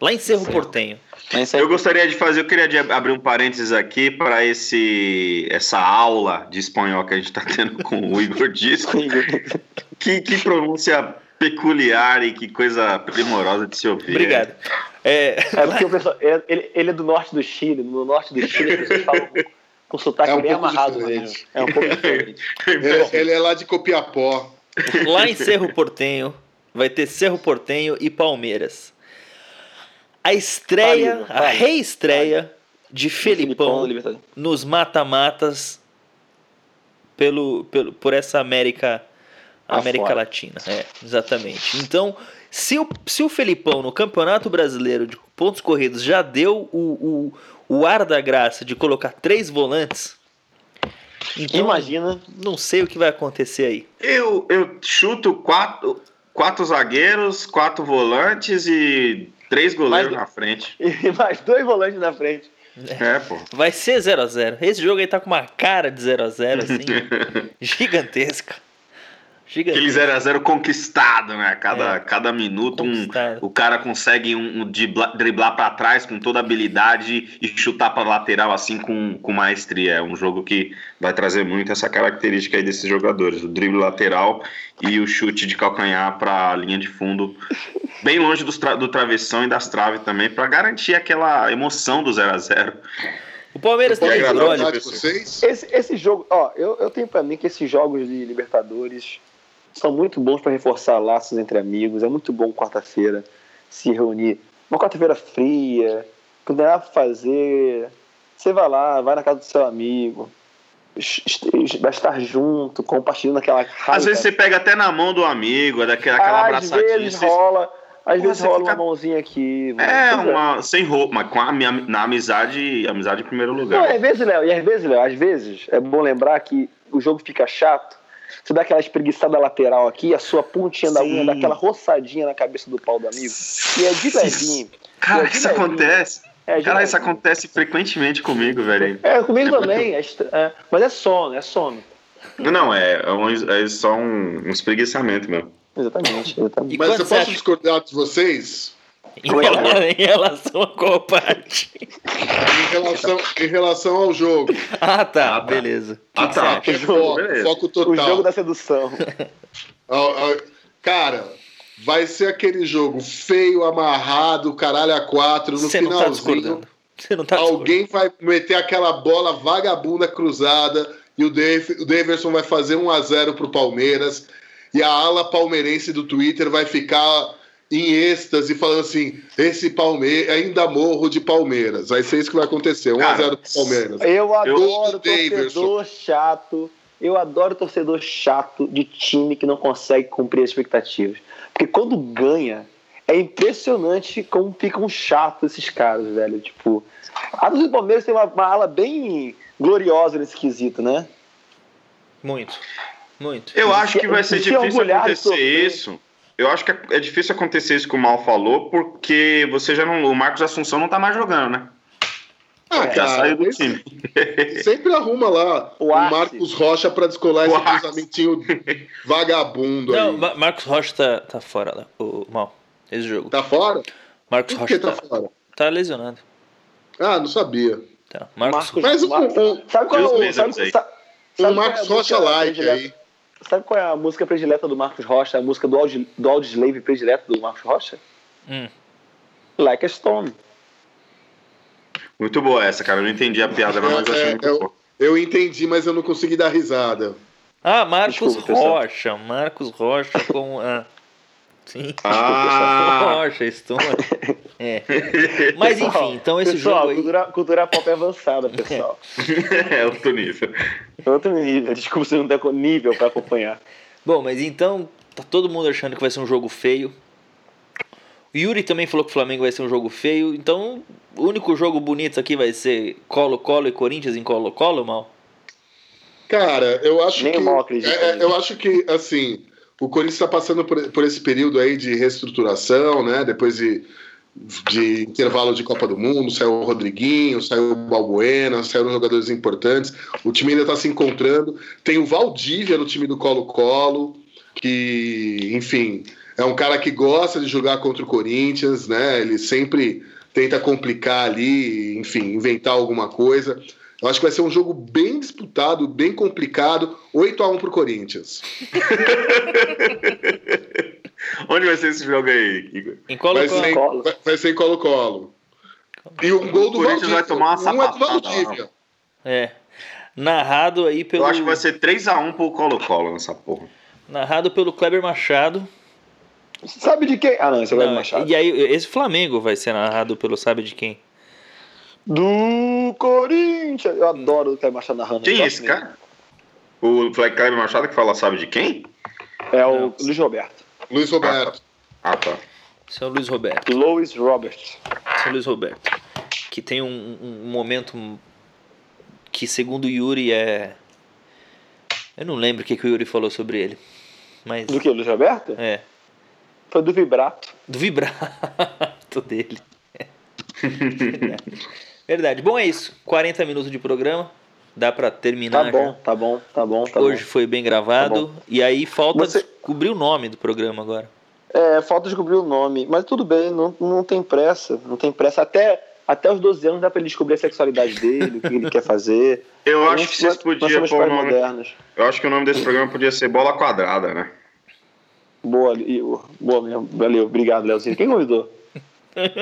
[SPEAKER 4] Lá em Cerro Portenho. é
[SPEAKER 2] Eu gostaria de fazer, eu queria de ab- abrir um parênteses aqui para esse essa aula de espanhol que a gente está tendo com o Igor Disco. Que, que pronúncia peculiar e que coisa primorosa de se ouvir.
[SPEAKER 4] Obrigado. É,
[SPEAKER 1] É porque o pessoal, ele, ele- ele é do norte do Chile, no norte do Chile as pessoas falam com, com sotaque
[SPEAKER 3] É um
[SPEAKER 1] bem
[SPEAKER 3] pouco
[SPEAKER 1] amarrado
[SPEAKER 3] diferente.
[SPEAKER 1] mesmo. É um pouco diferente.
[SPEAKER 3] Ele, ele é lá de Copiapó.
[SPEAKER 4] lá em Cerro Portenho vai ter Cerro Portenho e Palmeiras. A estreia,
[SPEAKER 1] Fale, Igor,
[SPEAKER 4] a
[SPEAKER 1] fale.
[SPEAKER 4] reestreia de Felipão
[SPEAKER 1] Libertadores.
[SPEAKER 4] nos mata-matas pelo, pelo, por essa América América
[SPEAKER 1] Afora.
[SPEAKER 4] Latina. É, exatamente. Então, se o, se o Felipão no Campeonato Brasileiro de pontos corridos já deu o, o, o ar da graça de colocar três volantes, então
[SPEAKER 1] Imagina
[SPEAKER 4] não sei o que vai acontecer aí.
[SPEAKER 2] Eu, eu chuto quatro, quatro zagueiros, quatro volantes e três goleiros
[SPEAKER 1] Mas-
[SPEAKER 2] na frente.
[SPEAKER 1] E mais dois volantes na frente.
[SPEAKER 2] É, pô.
[SPEAKER 4] Vai ser 0 a 0 Esse jogo aí tá com uma cara de 0 a 0 assim, gigantesca.
[SPEAKER 2] Aquele
[SPEAKER 4] Gigantesca.
[SPEAKER 2] 0x0 conquistado, né? Cada,
[SPEAKER 4] É.
[SPEAKER 2] cada minuto um,
[SPEAKER 4] Conquistado.
[SPEAKER 2] o cara consegue um, um dribla- driblar pra trás com toda habilidade e chutar pra lateral assim com, com maestria. É um jogo que vai trazer muito essa característica aí desses jogadores: o drible lateral e o chute de calcanhar pra linha de fundo, bem longe dos tra- do travessão e das traves também, pra garantir aquela emoção do 0x0.
[SPEAKER 4] O Palmeiras
[SPEAKER 2] Eu
[SPEAKER 4] tem
[SPEAKER 2] quero
[SPEAKER 3] Posso
[SPEAKER 2] agrônomo,
[SPEAKER 4] Grolho.
[SPEAKER 3] falar de
[SPEAKER 2] pessoal.
[SPEAKER 3] vocês?
[SPEAKER 1] Esse, esse jogo, ó, eu, eu tenho pra mim que esses jogos de Libertadores são muito bons pra reforçar laços entre amigos. É muito bom quarta-feira se reunir. Uma quarta-feira fria, não tem nada pra fazer. Você vai lá, vai na casa do seu amigo. es- es- Vai estar junto, compartilhando aquela raiva.
[SPEAKER 2] Às vezes você pega até na mão do amigo, é daquela, aquela
[SPEAKER 1] Tá Ah, Às
[SPEAKER 2] abraçadinha.
[SPEAKER 1] vezes
[SPEAKER 2] você-
[SPEAKER 1] rola, às
[SPEAKER 2] Ah,
[SPEAKER 1] vezes
[SPEAKER 2] você
[SPEAKER 1] rola
[SPEAKER 2] fica-
[SPEAKER 1] uma mãozinha aqui.
[SPEAKER 2] É,
[SPEAKER 1] Pois
[SPEAKER 2] uma, sem roupa, mas com a, minha- na amizade, amizade em primeiro
[SPEAKER 1] Não, é
[SPEAKER 2] lugar.
[SPEAKER 1] às vezes, Léo, e às vezes, Léo, às vezes é bom lembrar que o jogo fica chato Você dá aquela espreguiçada lateral aqui, a sua pontinha da
[SPEAKER 2] Sim.
[SPEAKER 1] unha dá aquela roçadinha na cabeça do pau do amigo. E é de levinho.
[SPEAKER 2] Cara,
[SPEAKER 1] Eu vi
[SPEAKER 2] isso
[SPEAKER 1] na linha.
[SPEAKER 2] acontece.
[SPEAKER 1] É de
[SPEAKER 2] Cara, isso
[SPEAKER 1] levinho.
[SPEAKER 2] acontece frequentemente comigo, velho.
[SPEAKER 1] É, comigo
[SPEAKER 2] É
[SPEAKER 1] também. é estra- é, mas é sono, é sono.
[SPEAKER 2] Não, é, é, um- é só um, um espreguiçamento mesmo.
[SPEAKER 1] Exatamente, exatamente.
[SPEAKER 4] E
[SPEAKER 3] Mas
[SPEAKER 4] quando
[SPEAKER 3] eu
[SPEAKER 4] você
[SPEAKER 3] posso
[SPEAKER 4] acha,
[SPEAKER 3] discordar de vocês
[SPEAKER 4] em, rela- em relação a qual parte?
[SPEAKER 3] em relação, em relação ao jogo.
[SPEAKER 4] Ah, tá.
[SPEAKER 2] Ah, tá.
[SPEAKER 4] beleza. O que
[SPEAKER 2] Ah,
[SPEAKER 4] que
[SPEAKER 2] tá.
[SPEAKER 4] você acha?
[SPEAKER 3] É foco,
[SPEAKER 2] Beleza.
[SPEAKER 3] foco total.
[SPEAKER 1] O jogo da sedução.
[SPEAKER 3] Ah, ah, Cara, vai ser aquele jogo feio, amarrado, caralho a quatro. No
[SPEAKER 4] Você não tá
[SPEAKER 3] finalzinho,
[SPEAKER 4] discordando. Você não tá
[SPEAKER 3] alguém vai meter aquela bola vagabunda cruzada e o, Dave, o Daverson vai fazer 1 a 0 pro Palmeiras. E a ala palmeirense do Twitter vai ficar em êxtase falando assim: esse Palmeiras, ainda morro de Palmeiras. Vai ser isso que vai acontecer: 1 a
[SPEAKER 2] Cara,
[SPEAKER 3] 0 pro Palmeiras.
[SPEAKER 1] Eu adoro
[SPEAKER 3] do Davidson.
[SPEAKER 1] torcedor chato. Eu adoro torcedor chato de time que não consegue cumprir as expectativas. Porque quando ganha, é impressionante como ficam chatos esses caras, velho. Tipo, a torcida do Palmeiras tem uma, uma ala bem gloriosa nesse quesito, né?
[SPEAKER 4] discordando. Muito. Muito.
[SPEAKER 2] Eu acho que vai ser
[SPEAKER 1] Se
[SPEAKER 2] difícil
[SPEAKER 1] orgulhar de
[SPEAKER 2] acontecer
[SPEAKER 1] sofrer.
[SPEAKER 2] isso. Eu acho que é é difícil acontecer isso que o Mal falou, porque você já não. O Marcos Assunção não tá mais jogando, né?
[SPEAKER 3] Ah,
[SPEAKER 2] Já
[SPEAKER 3] cara,
[SPEAKER 2] é, saiu do
[SPEAKER 3] esse-
[SPEAKER 2] time.
[SPEAKER 3] Sempre arruma lá
[SPEAKER 1] O
[SPEAKER 3] o,
[SPEAKER 1] Arce.
[SPEAKER 3] Marcos Rocha pra descolar
[SPEAKER 2] O
[SPEAKER 3] esse
[SPEAKER 2] Arce.
[SPEAKER 3] cruzamentinho vagabundo
[SPEAKER 4] Não,
[SPEAKER 3] aí.
[SPEAKER 4] Ma- Marcos Rocha tá, tá fora, né? O mal. Esse jogo.
[SPEAKER 3] Tá fora?
[SPEAKER 4] Marcos
[SPEAKER 3] Por que
[SPEAKER 4] Rocha
[SPEAKER 3] tá
[SPEAKER 4] tá,
[SPEAKER 3] fora?
[SPEAKER 4] tá lesionado.
[SPEAKER 3] Ah, não sabia.
[SPEAKER 4] Tá. Marcos,
[SPEAKER 3] Mas o- o-
[SPEAKER 1] sabe qual é
[SPEAKER 2] Deus
[SPEAKER 1] o.
[SPEAKER 2] me
[SPEAKER 1] Sabe,
[SPEAKER 2] abençoe.
[SPEAKER 1] sa-
[SPEAKER 3] O
[SPEAKER 1] sabe
[SPEAKER 3] Um Marcos
[SPEAKER 1] qual é a música
[SPEAKER 3] Rocha like
[SPEAKER 1] predileta-
[SPEAKER 3] aí.
[SPEAKER 1] Sabe qual é a música predileta do Marcos Rocha? A música do Audi, do Audi Slave predileta do Marcos Rocha?
[SPEAKER 4] Hum.
[SPEAKER 1] Like a Stone.
[SPEAKER 2] Muito boa essa, cara. Eu não entendi a piada, mas eu achei
[SPEAKER 3] É,
[SPEAKER 2] muito
[SPEAKER 3] é,
[SPEAKER 2] boa.
[SPEAKER 3] Eu entendi, mas eu não consegui dar risada.
[SPEAKER 4] Ah, Marcos
[SPEAKER 1] Desculpa, pessoal.
[SPEAKER 4] Rocha. Marcos Rocha com a. Sim.
[SPEAKER 2] Ah,
[SPEAKER 4] Rocha, Stone. É. Mas enfim, então esse
[SPEAKER 1] pessoal,
[SPEAKER 4] jogo aí.
[SPEAKER 1] Cultura, cultura pop é avançada, pessoal.
[SPEAKER 2] é outro nível.
[SPEAKER 1] É Outro nível. Desculpa se não tem nível pra acompanhar.
[SPEAKER 4] Bom, mas então tá todo mundo achando que vai ser um jogo feio. O Yuri também falou que o Flamengo vai ser um jogo feio. Então, o único jogo bonito aqui vai ser Colo-Colo e Corinthians em Colo-Colo, mal?
[SPEAKER 3] Cara, eu acho
[SPEAKER 1] Nem
[SPEAKER 3] que.
[SPEAKER 1] o mal acredita
[SPEAKER 3] é, é,
[SPEAKER 1] nisso.
[SPEAKER 3] eu acho que, assim, o Corinthians está passando por, por esse período aí de reestruturação, né? Depois de, de intervalo de Copa do Mundo, saiu o Rodriguinho, saiu o Balbuena, saíram jogadores importantes. O time ainda está se encontrando. Tem o Valdívia no time do Colo-Colo, que, enfim, é um cara que gosta de jogar contra o Corinthians, né? Ele sempre tenta complicar ali, enfim, inventar alguma coisa. Eu acho que vai ser um jogo bem disputado, bem complicado. 8 a 1 pro Corinthians.
[SPEAKER 2] Onde vai ser esse jogo aí, Igor?
[SPEAKER 4] Em
[SPEAKER 3] Vai
[SPEAKER 4] Colo-Colo.
[SPEAKER 3] ser,
[SPEAKER 1] Colo.
[SPEAKER 3] vai- vai ser em Colo-Colo. E um gol do
[SPEAKER 2] O Corinthians
[SPEAKER 3] Valdívia.
[SPEAKER 2] vai tomar uma
[SPEAKER 3] um é do
[SPEAKER 2] sapatada lá.
[SPEAKER 3] Valdívia.
[SPEAKER 4] É. Narrado aí pelo.
[SPEAKER 2] Eu acho que vai ser 3x1 pro Colo-Colo nessa porra.
[SPEAKER 4] Narrado pelo Kleber Machado.
[SPEAKER 1] Sabe de quem? Ah, não, esse é o Gabi
[SPEAKER 4] Não,
[SPEAKER 1] Machado.
[SPEAKER 4] E aí, esse Flamengo vai ser narrado pelo sabe de quem?
[SPEAKER 1] Do Corinthians. Eu adoro o Caio Machado narrando.
[SPEAKER 2] Quem
[SPEAKER 1] Eu
[SPEAKER 2] é
[SPEAKER 1] gosto
[SPEAKER 2] esse
[SPEAKER 1] mesmo.
[SPEAKER 2] cara? O Fle- Kleber Machado que fala, sabe de quem?
[SPEAKER 1] É o
[SPEAKER 4] Não.
[SPEAKER 1] Luiz Roberto.
[SPEAKER 3] Luiz Roberto.
[SPEAKER 2] Ah, tá.
[SPEAKER 4] Esse é o Luiz Roberto.
[SPEAKER 1] Louis Robert.
[SPEAKER 4] Esse é o Luiz Roberto. Que tem um, um- um momento que, segundo o Yuri, é. Eu não lembro o que, que o Yuri falou sobre ele. Mas.
[SPEAKER 1] Do que, Luiz Roberto?
[SPEAKER 4] É.
[SPEAKER 1] Foi do Vibrato.
[SPEAKER 4] Do vibrato dele. Verdade. Verdade. Bom, é isso. 40 minutos de programa. Dá pra
[SPEAKER 1] Tá
[SPEAKER 4] terminar. já.
[SPEAKER 1] bom, tá bom, tá bom, tá
[SPEAKER 4] Hoje
[SPEAKER 1] bom.
[SPEAKER 4] foi bem gravado. e aí falta
[SPEAKER 1] Você-
[SPEAKER 4] descobrir o nome do programa agora.
[SPEAKER 1] É, falta descobrir o nome. Mas tudo bem, não, não tem pressa. Não tem pressa. Até, até os 12 anos dá pra ele descobrir a sexualidade dele, o que ele quer fazer.
[SPEAKER 2] Eu
[SPEAKER 1] Nós-
[SPEAKER 2] acho que vocês
[SPEAKER 1] nós- nós
[SPEAKER 2] podiam
[SPEAKER 1] somos
[SPEAKER 2] pôr o
[SPEAKER 1] pais
[SPEAKER 2] nome.
[SPEAKER 1] modernos.
[SPEAKER 2] Eu acho que o nome desse programa podia ser Bola Quadrada, né?
[SPEAKER 1] Boa, Igor. Boa mesmo. Valeu, obrigado, Leozinho. Quem convidou?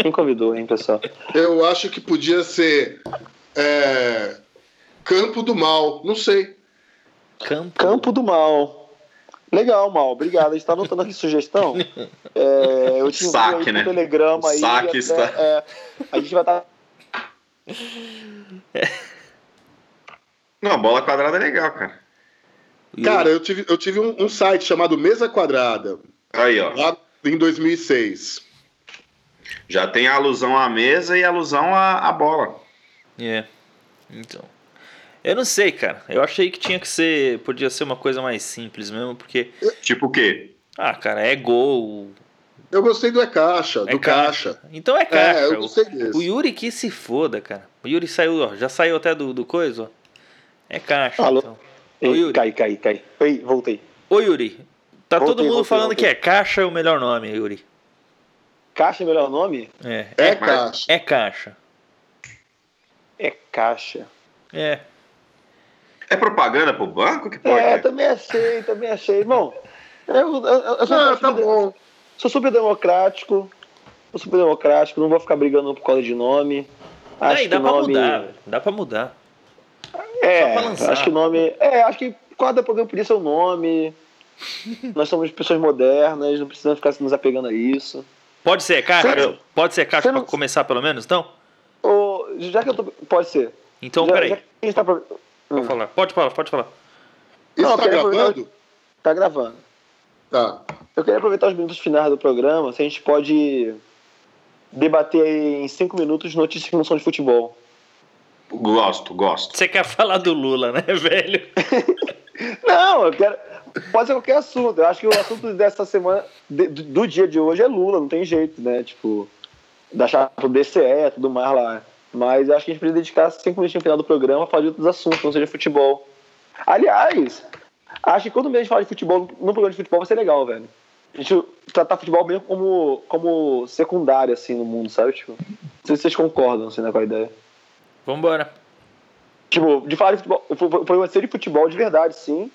[SPEAKER 1] Quem convidou, hein, pessoal?
[SPEAKER 3] Eu acho que podia ser é, Campo do Mal. Não sei.
[SPEAKER 4] Campo.
[SPEAKER 1] Campo do Mal. Legal, Mal. Obrigado. A gente tá anotando aqui sugestão. É, eu te envio
[SPEAKER 2] Saque,
[SPEAKER 1] aí pro
[SPEAKER 2] né?
[SPEAKER 1] telegrama aí.
[SPEAKER 2] Saque
[SPEAKER 1] até-
[SPEAKER 2] está-
[SPEAKER 1] é, a gente vai estar.
[SPEAKER 2] Não, Bola Quadrada é legal, cara.
[SPEAKER 4] Yuri.
[SPEAKER 3] Cara, eu tive, eu tive um, um site chamado Mesa Quadrada,
[SPEAKER 2] Aí, ó.
[SPEAKER 3] lá em 2006.
[SPEAKER 2] Já tem a alusão à mesa e a alusão à, à bola.
[SPEAKER 4] É. Então. Eu não sei, cara. Eu achei que tinha que ser. Podia ser uma coisa mais simples mesmo, porque.
[SPEAKER 2] Tipo o quê?
[SPEAKER 4] Ah, cara, é gol.
[SPEAKER 3] Eu gostei do É Caixa,
[SPEAKER 4] É
[SPEAKER 3] do
[SPEAKER 4] ca-
[SPEAKER 3] Caixa.
[SPEAKER 4] Então é caixa.
[SPEAKER 3] É, eu
[SPEAKER 4] o,
[SPEAKER 3] gostei desse.
[SPEAKER 4] o Yuri que se foda, cara. O Yuri saiu, ó, já saiu até do, do coisa, ó. É caixa.
[SPEAKER 1] Alô?
[SPEAKER 4] Então. Ô,
[SPEAKER 1] Ei,
[SPEAKER 4] Yuri.
[SPEAKER 1] cai, cai, cai. Ei, voltei.
[SPEAKER 4] Ô, Yuri. Tá
[SPEAKER 1] Voltei,
[SPEAKER 4] todo mundo
[SPEAKER 1] voltei,
[SPEAKER 4] falando
[SPEAKER 1] voltei.
[SPEAKER 4] que é caixa é o melhor nome, Yuri.
[SPEAKER 1] Caixa é o melhor nome?
[SPEAKER 4] É.
[SPEAKER 3] É,
[SPEAKER 2] mas-
[SPEAKER 3] Caixa.
[SPEAKER 4] É caixa.
[SPEAKER 1] É caixa.
[SPEAKER 4] É.
[SPEAKER 2] É propaganda pro banco? Que porra
[SPEAKER 1] É,
[SPEAKER 2] é?
[SPEAKER 1] também achei, também achei. Bom, eu, eu, eu- eu sou, um
[SPEAKER 3] Ah,
[SPEAKER 1] eu
[SPEAKER 3] tá
[SPEAKER 1] sou-
[SPEAKER 3] bom.
[SPEAKER 1] sou super democrático. Sou super democrático, não vou ficar brigando por causa de nome. Acho
[SPEAKER 4] Aí dá
[SPEAKER 1] que
[SPEAKER 4] pra
[SPEAKER 1] nome-
[SPEAKER 4] mudar, velho. Dá pra mudar.
[SPEAKER 1] É,
[SPEAKER 4] pra lançar.
[SPEAKER 1] acho que o nome. É, acho que cada programa podia ser o nome. Nós somos pessoas modernas, não precisamos ficar se nos apegando a isso.
[SPEAKER 4] Pode ser caixa?
[SPEAKER 1] Sério?
[SPEAKER 4] Pode ser caixa
[SPEAKER 1] Você
[SPEAKER 4] pra
[SPEAKER 1] não-
[SPEAKER 4] começar pelo menos, então?
[SPEAKER 1] Ou, já que eu tô. Pode ser.
[SPEAKER 4] Então,
[SPEAKER 1] já,
[SPEAKER 4] peraí.
[SPEAKER 1] já que a gente tá, pra-
[SPEAKER 4] Vou
[SPEAKER 1] Hum.
[SPEAKER 4] falar. Pode falar, pode falar.
[SPEAKER 3] Isso
[SPEAKER 1] Não,
[SPEAKER 3] tá
[SPEAKER 1] quero-
[SPEAKER 3] gravando?
[SPEAKER 1] tá gravando.
[SPEAKER 3] Tá.
[SPEAKER 1] Eu queria aproveitar os minutos finais do programa, se a gente pode debater aí em cinco minutos notícias que não são de futebol.
[SPEAKER 2] Gosto, gosto.
[SPEAKER 4] Você quer falar do Lula, né, velho?
[SPEAKER 1] Não, eu quero. Pode ser qualquer assunto. Eu acho que o assunto dessa semana, de- do do dia de hoje, é Lula, não tem jeito, né? Tipo, da chapa do DCE e tudo mais lá. Mas eu acho que a gente podia dedicar cinco minutos no final do programa a falar de outros assuntos, não seja futebol. Aliás, acho que quando a gente fala de futebol, num programa de futebol vai ser legal, velho. A gente tratar futebol mesmo como, como secundário, assim, no mundo, sabe? Tipo, não sei se vocês concordam, assim, né, com a ideia.
[SPEAKER 4] Vambora.
[SPEAKER 1] Tipo, de falar de futebol, o pro- o programa ser de futebol de verdade, sim,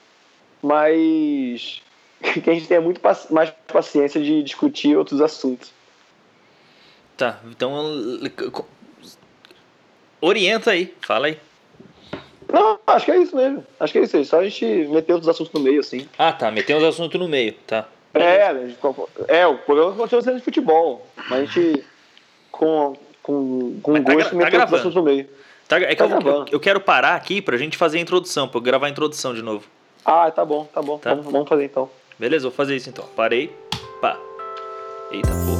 [SPEAKER 1] mas que a gente tenha muito paci- mais paciência de discutir outros assuntos.
[SPEAKER 4] Tá, então. l- c- co- Orienta aí, fala aí.
[SPEAKER 1] Não, acho que é isso mesmo. Acho que é isso aí. Só a gente meter outros assuntos no meio, assim.
[SPEAKER 4] Ah, tá, meteu os assuntos no meio, tá.
[SPEAKER 1] É, né, é o programa continua sendo de futebol, mas a gente com, com, com
[SPEAKER 4] Mas tá
[SPEAKER 1] gosto
[SPEAKER 4] gra- tá
[SPEAKER 1] meter outros
[SPEAKER 4] gravando.
[SPEAKER 1] assuntos no meio.
[SPEAKER 4] Tá, é que eu,
[SPEAKER 1] Tá
[SPEAKER 4] eu,
[SPEAKER 1] gravando.
[SPEAKER 4] eu quero parar aqui pra gente fazer a introdução, pra eu gravar a introdução de novo.
[SPEAKER 1] Ah, tá bom, tá bom.
[SPEAKER 4] Tá.
[SPEAKER 1] Vamos, vamos fazer então.
[SPEAKER 4] Beleza, vou fazer isso então. Parei. Pá. Eita porra.